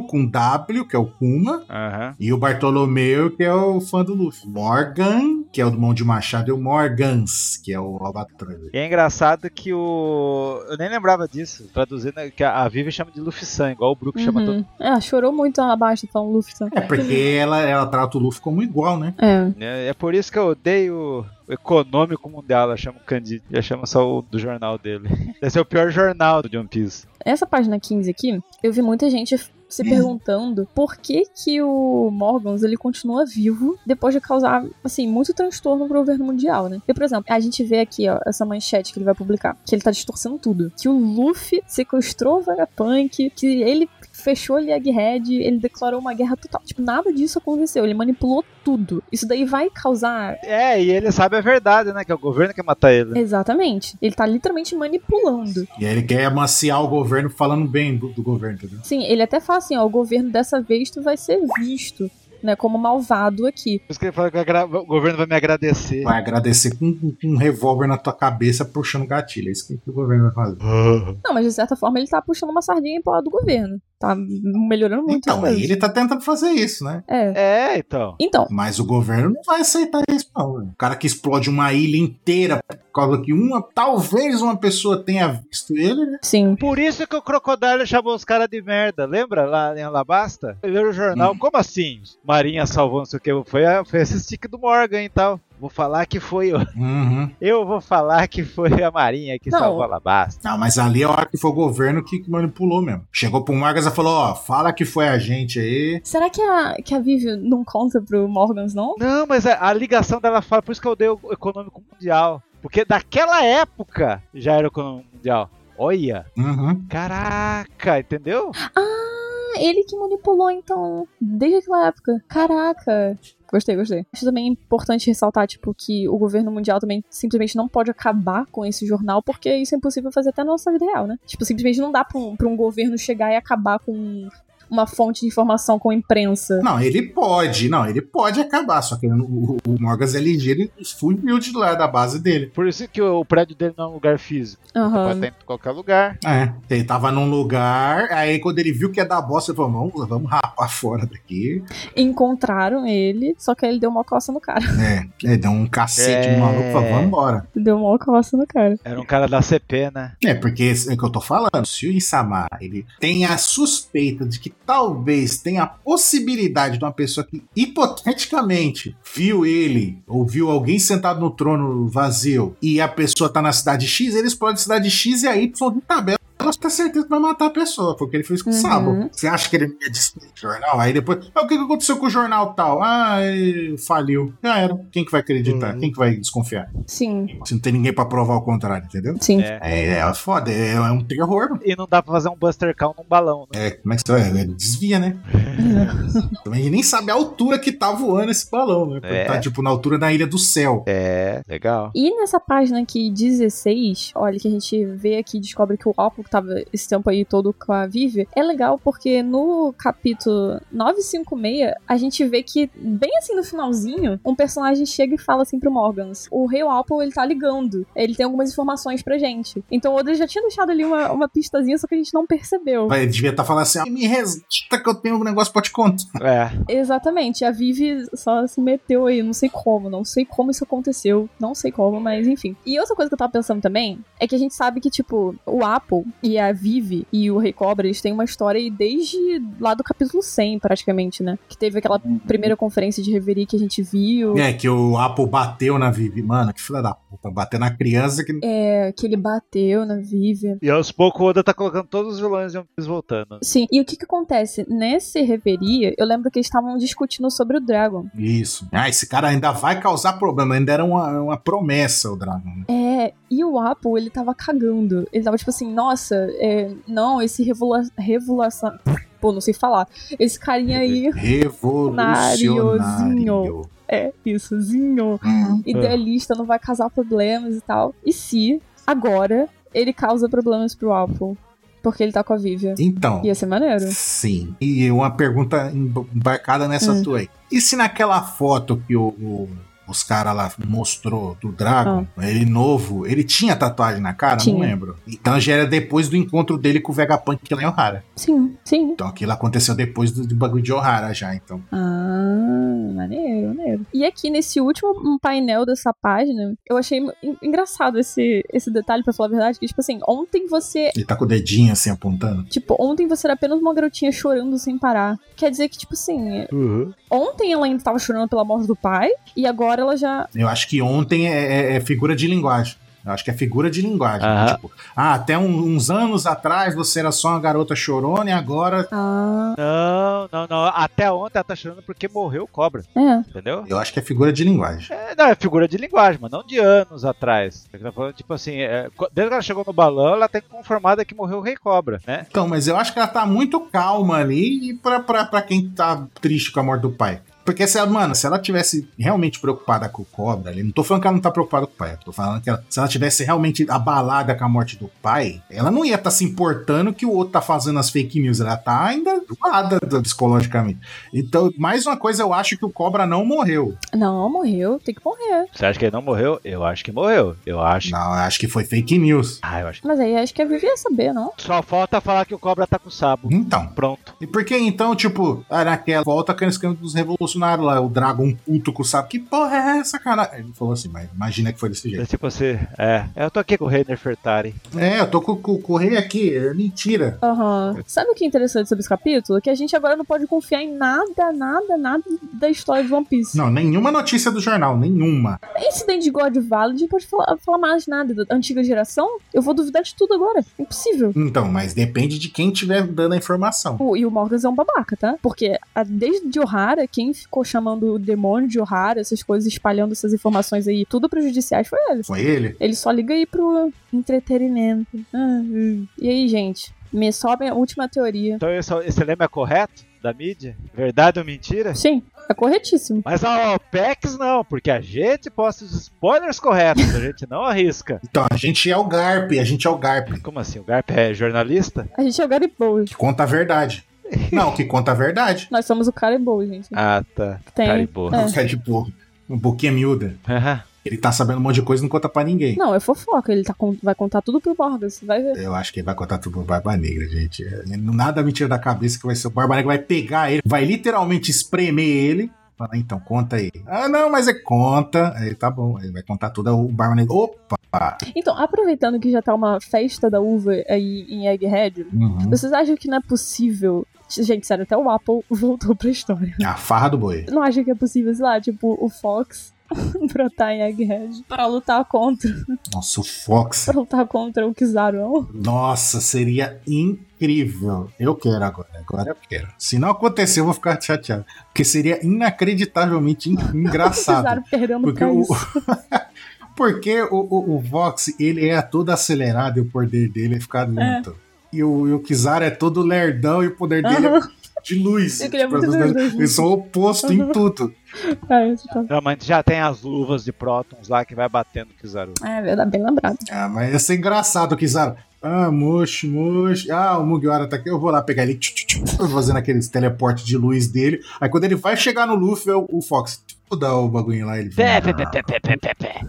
Speaker 1: com W, que é o Kuma,
Speaker 3: Aham.
Speaker 1: E o Bartolomeu, que é o fã do Luffy. Morgan, que é o do Mão de Machado, e o Morgans, que é o Albatroz.
Speaker 3: E é engraçado que o. Eu nem lembrava disso. Traduzindo, que a a Vivi chama de Luffy San, igual o Brook chama todo
Speaker 2: Uhum. É, chorou muito a baixa, então, Luffy. tá?
Speaker 1: É porque ela, ela trata o Luffy como igual, né?
Speaker 2: É.
Speaker 3: É é por isso que eu odeio o econômico mundial, ela chama o Candido, ela chama só o do jornal dele. Esse é o pior jornal do One Piece.
Speaker 2: Essa página 15 aqui, eu vi muita gente se perguntando por que que o Morgans, ele continua vivo depois de causar, assim, muito transtorno pro governo mundial, né? E, por exemplo, a gente vê aqui, ó, essa manchete que ele vai publicar, que ele tá distorcendo tudo. Que o Luffy sequestrou o Vegapunk, que ele fechou ali a Egghead, ele declarou uma guerra total. Tipo, nada disso aconteceu, ele manipulou tudo. Isso daí vai causar
Speaker 3: É, e ele sabe a verdade, né? Que é o governo que matar ele.
Speaker 2: Exatamente. Ele tá literalmente manipulando.
Speaker 1: E aí ele quer amaciar o governo falando bem do, do governo, entendeu?
Speaker 2: Sim, ele até fala assim, ó, o governo dessa vez tu vai ser visto, né, como malvado aqui.
Speaker 3: Por isso que ele fala que eu agra- o governo vai me agradecer.
Speaker 1: Vai agradecer com, com um revólver na tua cabeça puxando gatilho. É isso que, que o governo vai fazer.
Speaker 2: Não, mas de certa forma ele tá puxando uma sardinha pro lado do governo. Tá melhorando muito
Speaker 1: então,
Speaker 2: as
Speaker 1: aí
Speaker 2: coisas.
Speaker 1: ele tá tentando fazer isso, né?
Speaker 2: É.
Speaker 3: É, então.
Speaker 2: Então,
Speaker 1: Mas o governo não vai aceitar isso, não. velho. O cara que explode uma ilha inteira por causa que uma, talvez uma pessoa tenha visto ele, né?
Speaker 2: sim.
Speaker 3: Por isso que o Crocodile chamou os caras de merda, lembra? Lá em Alabasta? Ele era o jornal, como assim? Marinha salvou não sei o que. Foi, a- foi esse stick do Morgan e tal. Vou falar que foi eu.
Speaker 1: Uhum.
Speaker 3: Eu vou falar que foi a Marinha que
Speaker 2: Não.
Speaker 3: salvou Alabasta.
Speaker 1: Não, mas ali é a hora que foi o governo que que manipulou mesmo. Chegou pro Margas e falou, ó, fala que foi a gente aí.
Speaker 2: Será que a, que a Vivi não conta pro Morgans, não?
Speaker 3: Não, mas a, a ligação dela fala, por isso que eu dei o econômico mundial. Porque daquela época já era o econômico mundial. Olha,
Speaker 1: Uhum.
Speaker 3: caraca, entendeu?
Speaker 2: Ah, ele que manipulou, então, desde aquela época. Caraca. Gostei, gostei. Acho também importante ressaltar, tipo, que o governo mundial também simplesmente não pode acabar com esse jornal, porque isso é impossível fazer até na nossa vida real, né? Tipo, simplesmente não dá pra um, pra um governo chegar e acabar com uma fonte de informação com imprensa.
Speaker 1: Não, ele pode, não, ele pode acabar, só que ele não- o, o Morgas é ligeiro e fugiu de lá da base dele.
Speaker 3: Por isso que o prédio dele não é um lugar físico.
Speaker 2: Aham.
Speaker 3: Pode estar em qualquer lugar.
Speaker 1: É, ele tava num lugar, aí quando ele viu que ia dar bosta, ele falou, vamos, vamos rapar fora daqui.
Speaker 2: Encontraram ele, só que aí ele deu uma coça no cara.
Speaker 1: É, ele deu um cacete no
Speaker 3: É.
Speaker 1: maluco e falou, vamos embora.
Speaker 2: Deu uma coça no cara.
Speaker 3: Era um cara da CP, né?
Speaker 1: É, porque é o que eu tô falando, se o Insama, ele tem a suspeita de que talvez tenha a possibilidade de uma pessoa que hipoteticamente viu ele, ou viu alguém sentado no trono vazio, e a pessoa tá na cidade X, ele explode a cidade X e a Y de tabela. Ela tá certeza que vai matar a pessoa, porque ele fez com o
Speaker 2: Uhum.
Speaker 1: Sabo. Você acha que ele não ia destruir o jornal? Aí depois, ah, o que que aconteceu com o jornal tal? Ah, ele faliu. Já era. Quem que vai acreditar?
Speaker 3: Uhum.
Speaker 1: Quem que vai desconfiar?
Speaker 2: Sim,
Speaker 1: Se não tem ninguém pra provar o contrário, entendeu?
Speaker 2: sim.
Speaker 3: É.
Speaker 1: É, é foda, é, é um terror, mano.
Speaker 3: E não dá pra fazer um Buster Call num balão, né?
Speaker 1: É, como é que você vai? Ele desvia, né? Também a gente nem sabe a altura que tá voando esse balão, né? Porque
Speaker 3: É.
Speaker 1: Tá, tipo, na altura da Ilha do Céu.
Speaker 3: É, legal.
Speaker 2: E nessa página aqui, 16, olha, que a gente vê aqui, descobre que o Oppo, que tava esse tempo aí todo com a Vivi, é legal porque no capítulo 956, a gente vê que, bem assim no finalzinho, um personagem chega e fala assim pro Morgans, o rei Oppo, ele tá ligando, ele tem algumas informações pra gente. Então o Oda já tinha deixado ali uma, uma pistazinha, só que a gente não percebeu.
Speaker 1: Vai, devia estar falando assim, ah, me resgata que eu tenho um negócio pra te contar.
Speaker 3: É.
Speaker 2: Exatamente, a Vivi só se meteu aí, não sei como, não sei como isso aconteceu, não sei como, mas enfim. E outra coisa que eu tava pensando também é que a gente sabe que, tipo, o Apple e a Vivi e o Rei Cobra, eles têm uma história aí desde lá do capítulo 100, praticamente, né? Que teve aquela primeira conferência de reverie que a gente viu,
Speaker 1: É, que o Apo bateu na Vivi. Mano, que filha da puta, bater na criança que.
Speaker 2: é, que ele bateu na Vivi.
Speaker 3: E aos poucos o Oda tá colocando todos os vilões de um Piece voltando.
Speaker 2: Sim, e o que que acontece? Nesse reverie, eu lembro que eles estavam discutindo sobre o Dragon.
Speaker 1: Isso. Ah, esse cara ainda vai causar problema, ainda era uma, uma promessa o dragão. né?
Speaker 2: É, e o Apple, ele tava cagando. Ele tava tipo assim, nossa, é, não, esse revula revelação. Pô, não sei falar. Esse carinha aí.
Speaker 1: Revolucionário.
Speaker 2: É, isso, zinho. Idealista, não vai causar problemas e tal. E se, agora, ele causa problemas pro Apple? Porque ele tá com a Vivian.
Speaker 1: Então.
Speaker 2: Ia ser maneiro.
Speaker 1: Sim. E uma pergunta emb- embarcada nessa
Speaker 2: Hum.
Speaker 1: tua aí. E se naquela foto que o, o- os caras lá mostrou do Dragon, ele novo, ele tinha tatuagem na cara? Não
Speaker 2: Ah. Tinha.
Speaker 1: lembro. Então já era depois do encontro dele com o Vegapunk lá em Ohara.
Speaker 2: Sim, sim.
Speaker 1: Então aquilo aconteceu depois do, do bagulho de Ohara já, então.
Speaker 2: Ah, maneiro, maneiro. E aqui nesse último painel dessa página, eu achei en- engraçado esse, esse detalhe, pra falar a verdade, que, tipo assim, ontem você
Speaker 1: Ele tá com o dedinho assim apontando.
Speaker 2: Tipo, ontem você era apenas uma garotinha chorando sem parar. Quer dizer que, tipo assim,
Speaker 3: Uhum.
Speaker 2: ontem ela ainda tava chorando pela morte do pai, e agora ela já.
Speaker 1: Eu acho que ontem é, é- é figura de linguagem. Eu acho que é figura de linguagem.
Speaker 3: Aham.
Speaker 1: Tipo, ah, até um- uns anos atrás você era só uma garota chorona e agora.
Speaker 2: Ah.
Speaker 3: Não, não, não. Até ontem ela tá chorando porque morreu o cobra,
Speaker 2: É.
Speaker 3: entendeu?
Speaker 1: Eu acho que é figura de linguagem.
Speaker 3: É, não, é figura de linguagem, mas não de anos atrás. Ela tá falando, Tipo assim, é, co- desde que ela chegou no balão, ela tem conformada que morreu o Rei Cobra, né?
Speaker 1: Então, mas eu acho que ela tá muito calma ali e pra, pra, pra quem tá triste com a morte do pai. Porque, se ela, mano, se ela tivesse realmente preocupada com o cobra, ali, não tô falando que ela não tá preocupada com o pai, eu tô falando que ela- se ela tivesse realmente abalada com a morte do pai, ela não ia estar se importando que o outro tá fazendo as fake news, ela tá ainda doada do- psicologicamente. Então, mais uma coisa, eu acho que o cobra não morreu.
Speaker 2: Não, morreu, tem que morrer.
Speaker 3: Você acha que ele não morreu? Eu acho que morreu. Eu acho.
Speaker 1: Não, eu acho que foi fake news.
Speaker 3: Ah, eu acho.
Speaker 2: Mas aí acho que a Vivi ia saber, não?
Speaker 3: Só falta falar que o cobra tá com sabo.
Speaker 1: Então.
Speaker 3: Pronto.
Speaker 1: E por que então, tipo, ah, naquela volta aquele esquema dos revolucionários lá, o Dragon puto com o sapo, que porra é essa, cara? Ele falou assim, mas imagina que foi desse
Speaker 3: É
Speaker 1: jeito.
Speaker 3: tipo assim, é. Eu tô aqui com o Rei Nefertari.
Speaker 1: É, eu tô com com o correio aqui, é mentira.
Speaker 2: Aham. Sabe o que é interessante sobre esse capítulo? Que a gente agora não pode confiar em nada, nada, nada da história de One Piece.
Speaker 1: Não, nenhuma notícia do jornal, nenhuma.
Speaker 2: Incidente de God Valley, a gente não pode falar, falar mais nada da antiga geração. Eu vou duvidar de tudo agora. Impossível.
Speaker 1: Então, mas depende de quem tiver dando a informação.
Speaker 2: O- e o Morgans é um babaca, tá? Porque a- desde Ohara, quem ficou chamando o demônio de Ohara, essas coisas, espalhando essas informações aí, tudo prejudiciais, foi ele.
Speaker 1: Foi ele?
Speaker 2: Ele só liga aí pro entretenimento. Ah, hum. E aí, gente? Me sobe a última teoria.
Speaker 3: Então esse, esse lema é correto? Da mídia? Verdade ou mentira?
Speaker 2: Sim, é corretíssimo.
Speaker 3: Mas a OPEX não, porque a gente posta os spoilers corretos, a gente não arrisca.
Speaker 1: Então, a gente é o Garp, a gente é o Garp,
Speaker 3: Como assim? O Garp é jornalista?
Speaker 2: A gente é o Garibaldi.
Speaker 1: que conta a verdade. Não, que conta a verdade.
Speaker 2: Nós somos o Caribou, gente.
Speaker 3: Ah, tá.
Speaker 2: Tem.
Speaker 3: Caribou.
Speaker 2: É.
Speaker 1: É tipo, um boquinha miúda.
Speaker 3: Aham.
Speaker 1: Ele tá sabendo um monte de coisa e não conta pra ninguém.
Speaker 2: Não, é fofoca. Ele tá con- vai contar tudo pro Morgan. Você vai ver.
Speaker 1: Eu acho que ele vai contar tudo pro Barba Negra, gente. É, Nada me tira da cabeça que vai ser o Barba Negra vai pegar ele, vai literalmente espremer ele. Falar, então, conta aí. Ah, não, mas é conta. Aí, tá bom. Ele vai contar tudo. aí O Barba Negra. Opa!
Speaker 2: Então, aproveitando que já tá uma festa da uva aí em Egghead,
Speaker 1: Uhum.
Speaker 2: vocês acham que não é possível. Gente, sério, até o Apple voltou pra história.
Speaker 1: A farra do boi.
Speaker 2: Não acham que é possível, sei lá, tipo, o Fox brotar em Egghead pra lutar contra.
Speaker 1: Nossa, o Fox.
Speaker 2: Pra lutar contra o Kizaru. É um
Speaker 1: Nossa, seria incrível. Eu quero agora. Agora eu quero. Se não acontecer, eu vou ficar chateado. Porque seria inacreditavelmente en-
Speaker 2: O
Speaker 1: engraçado.
Speaker 2: Kizaru perdendo
Speaker 1: Porque
Speaker 2: pra
Speaker 1: o.
Speaker 2: isso.
Speaker 1: Porque o, o, o Vox, ele é todo acelerado e o poder dele é ficar lento. E, o, e o Kizaru é todo lerdão e o poder dele é
Speaker 2: Aham.
Speaker 1: de luz.
Speaker 2: Eu queria
Speaker 1: Tipo,
Speaker 2: muito
Speaker 1: as
Speaker 2: ver
Speaker 1: duas-
Speaker 2: os dois
Speaker 1: Eles são oposto em tudo.
Speaker 2: É, isso tá-
Speaker 3: Não, mas a gente já tem as luvas de prótons lá que vai batendo com o Kizaru.
Speaker 2: É verdade, bem lembrado.
Speaker 1: Ah, mas ia ser engraçado o Kizaru. Ah, mochi, mochi. Ah, o Mugiwara tá aqui. Eu vou lá pegar ele. Tchu, tchu, tchu, fazendo aqueles teleporte de luz dele. Aí quando ele vai chegar no Luffy, é o, o Fox tipo, dá o bagulho lá. Ele,
Speaker 3: Pé, pé, pé, pé, pé, pé, pé, pé.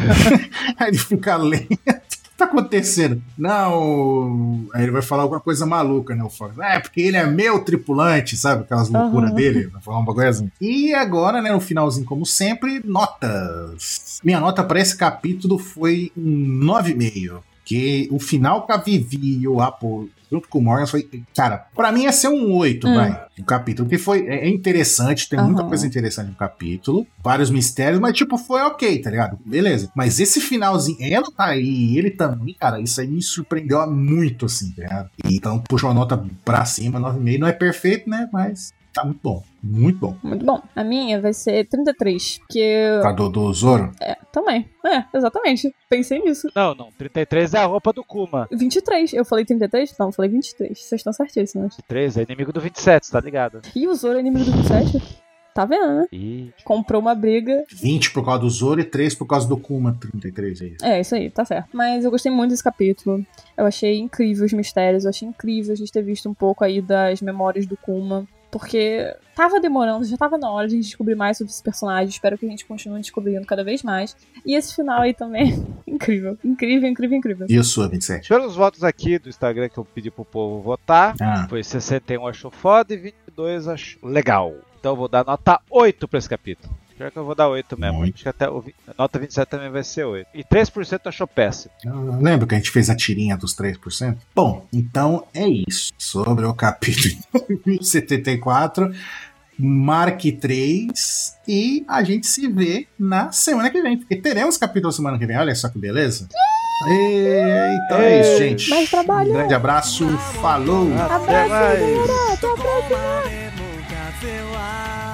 Speaker 1: Aí ele fica lento. O que tá acontecendo? Não. Aí ele vai falar alguma coisa maluca, né? O Fox. É, porque ele é meu tripulante, sabe? Aquelas loucuras
Speaker 2: Aham.
Speaker 1: dele. Vai falar um bagulho assim. E agora, né? No finalzinho, como sempre, notas. Minha nota pra esse capítulo foi um 9,5. Que o final que a Vivi e o Apple junto com o Morgan foi. Cara, pra mim ia ser um 8,
Speaker 2: Hum.
Speaker 1: vai. O capítulo. Porque foi. É é interessante, tem muita
Speaker 2: Aham.
Speaker 1: coisa interessante no capítulo. Vários mistérios, mas tipo, foi ok, tá ligado? Beleza. Mas esse finalzinho, ela tá aí e ele também, cara, isso aí me surpreendeu muito, assim, tá ligado? Então puxou a nota pra cima, 9,5. Não é perfeito, né? Mas tá muito bom. Muito bom.
Speaker 2: Muito bom. A minha vai ser 33, porque
Speaker 1: Tá do, do Zoro?
Speaker 2: também. É, exatamente. Pensei nisso.
Speaker 3: Não, não. 33 é a roupa do Kuma.
Speaker 2: 23. Eu falei 33? Não, eu falei 23. Vocês estão certíssimos.
Speaker 3: 33 é inimigo do 27, tá ligado?
Speaker 2: E o Zoro é inimigo do 27? Tá vendo, né?
Speaker 3: Ih.
Speaker 2: Comprou uma briga.
Speaker 1: 20 por causa do Zoro e 3 por causa do Kuma, 33 aí.
Speaker 2: É, isso aí, tá certo. Mas eu gostei muito desse capítulo. Eu achei incrível os mistérios. Eu achei incrível a gente ter visto um pouco aí das memórias do Kuma. Porque tava demorando, já tava na hora de a gente descobrir mais sobre esse personagem. Espero que a gente continue descobrindo cada vez mais. E esse final aí também, é incrível. Incrível, incrível, incrível.
Speaker 1: E o sua, 27?
Speaker 3: Pelos votos aqui do Instagram que eu pedi pro povo votar,
Speaker 1: Ah,
Speaker 3: foi 61 achou foda e 22 achou legal. Então eu vou dar nota 8 pra esse capítulo. Pior que eu vou dar 8 mesmo.
Speaker 1: Muito.
Speaker 3: Acho que até o vi- a nota 27 também vai ser 8. E 3% achou péssimo.
Speaker 1: eu lembro que a gente fez a tirinha dos 3%? Bom, então é isso. Sobre o capítulo 1074, marque 3 e a gente se vê na semana que vem. Porque teremos capítulo semana que vem, olha só que beleza. E, então é isso, gente.
Speaker 2: Mais trabalho.
Speaker 1: Um grande abraço, falou!
Speaker 3: Até mais!
Speaker 4: どこまでも風は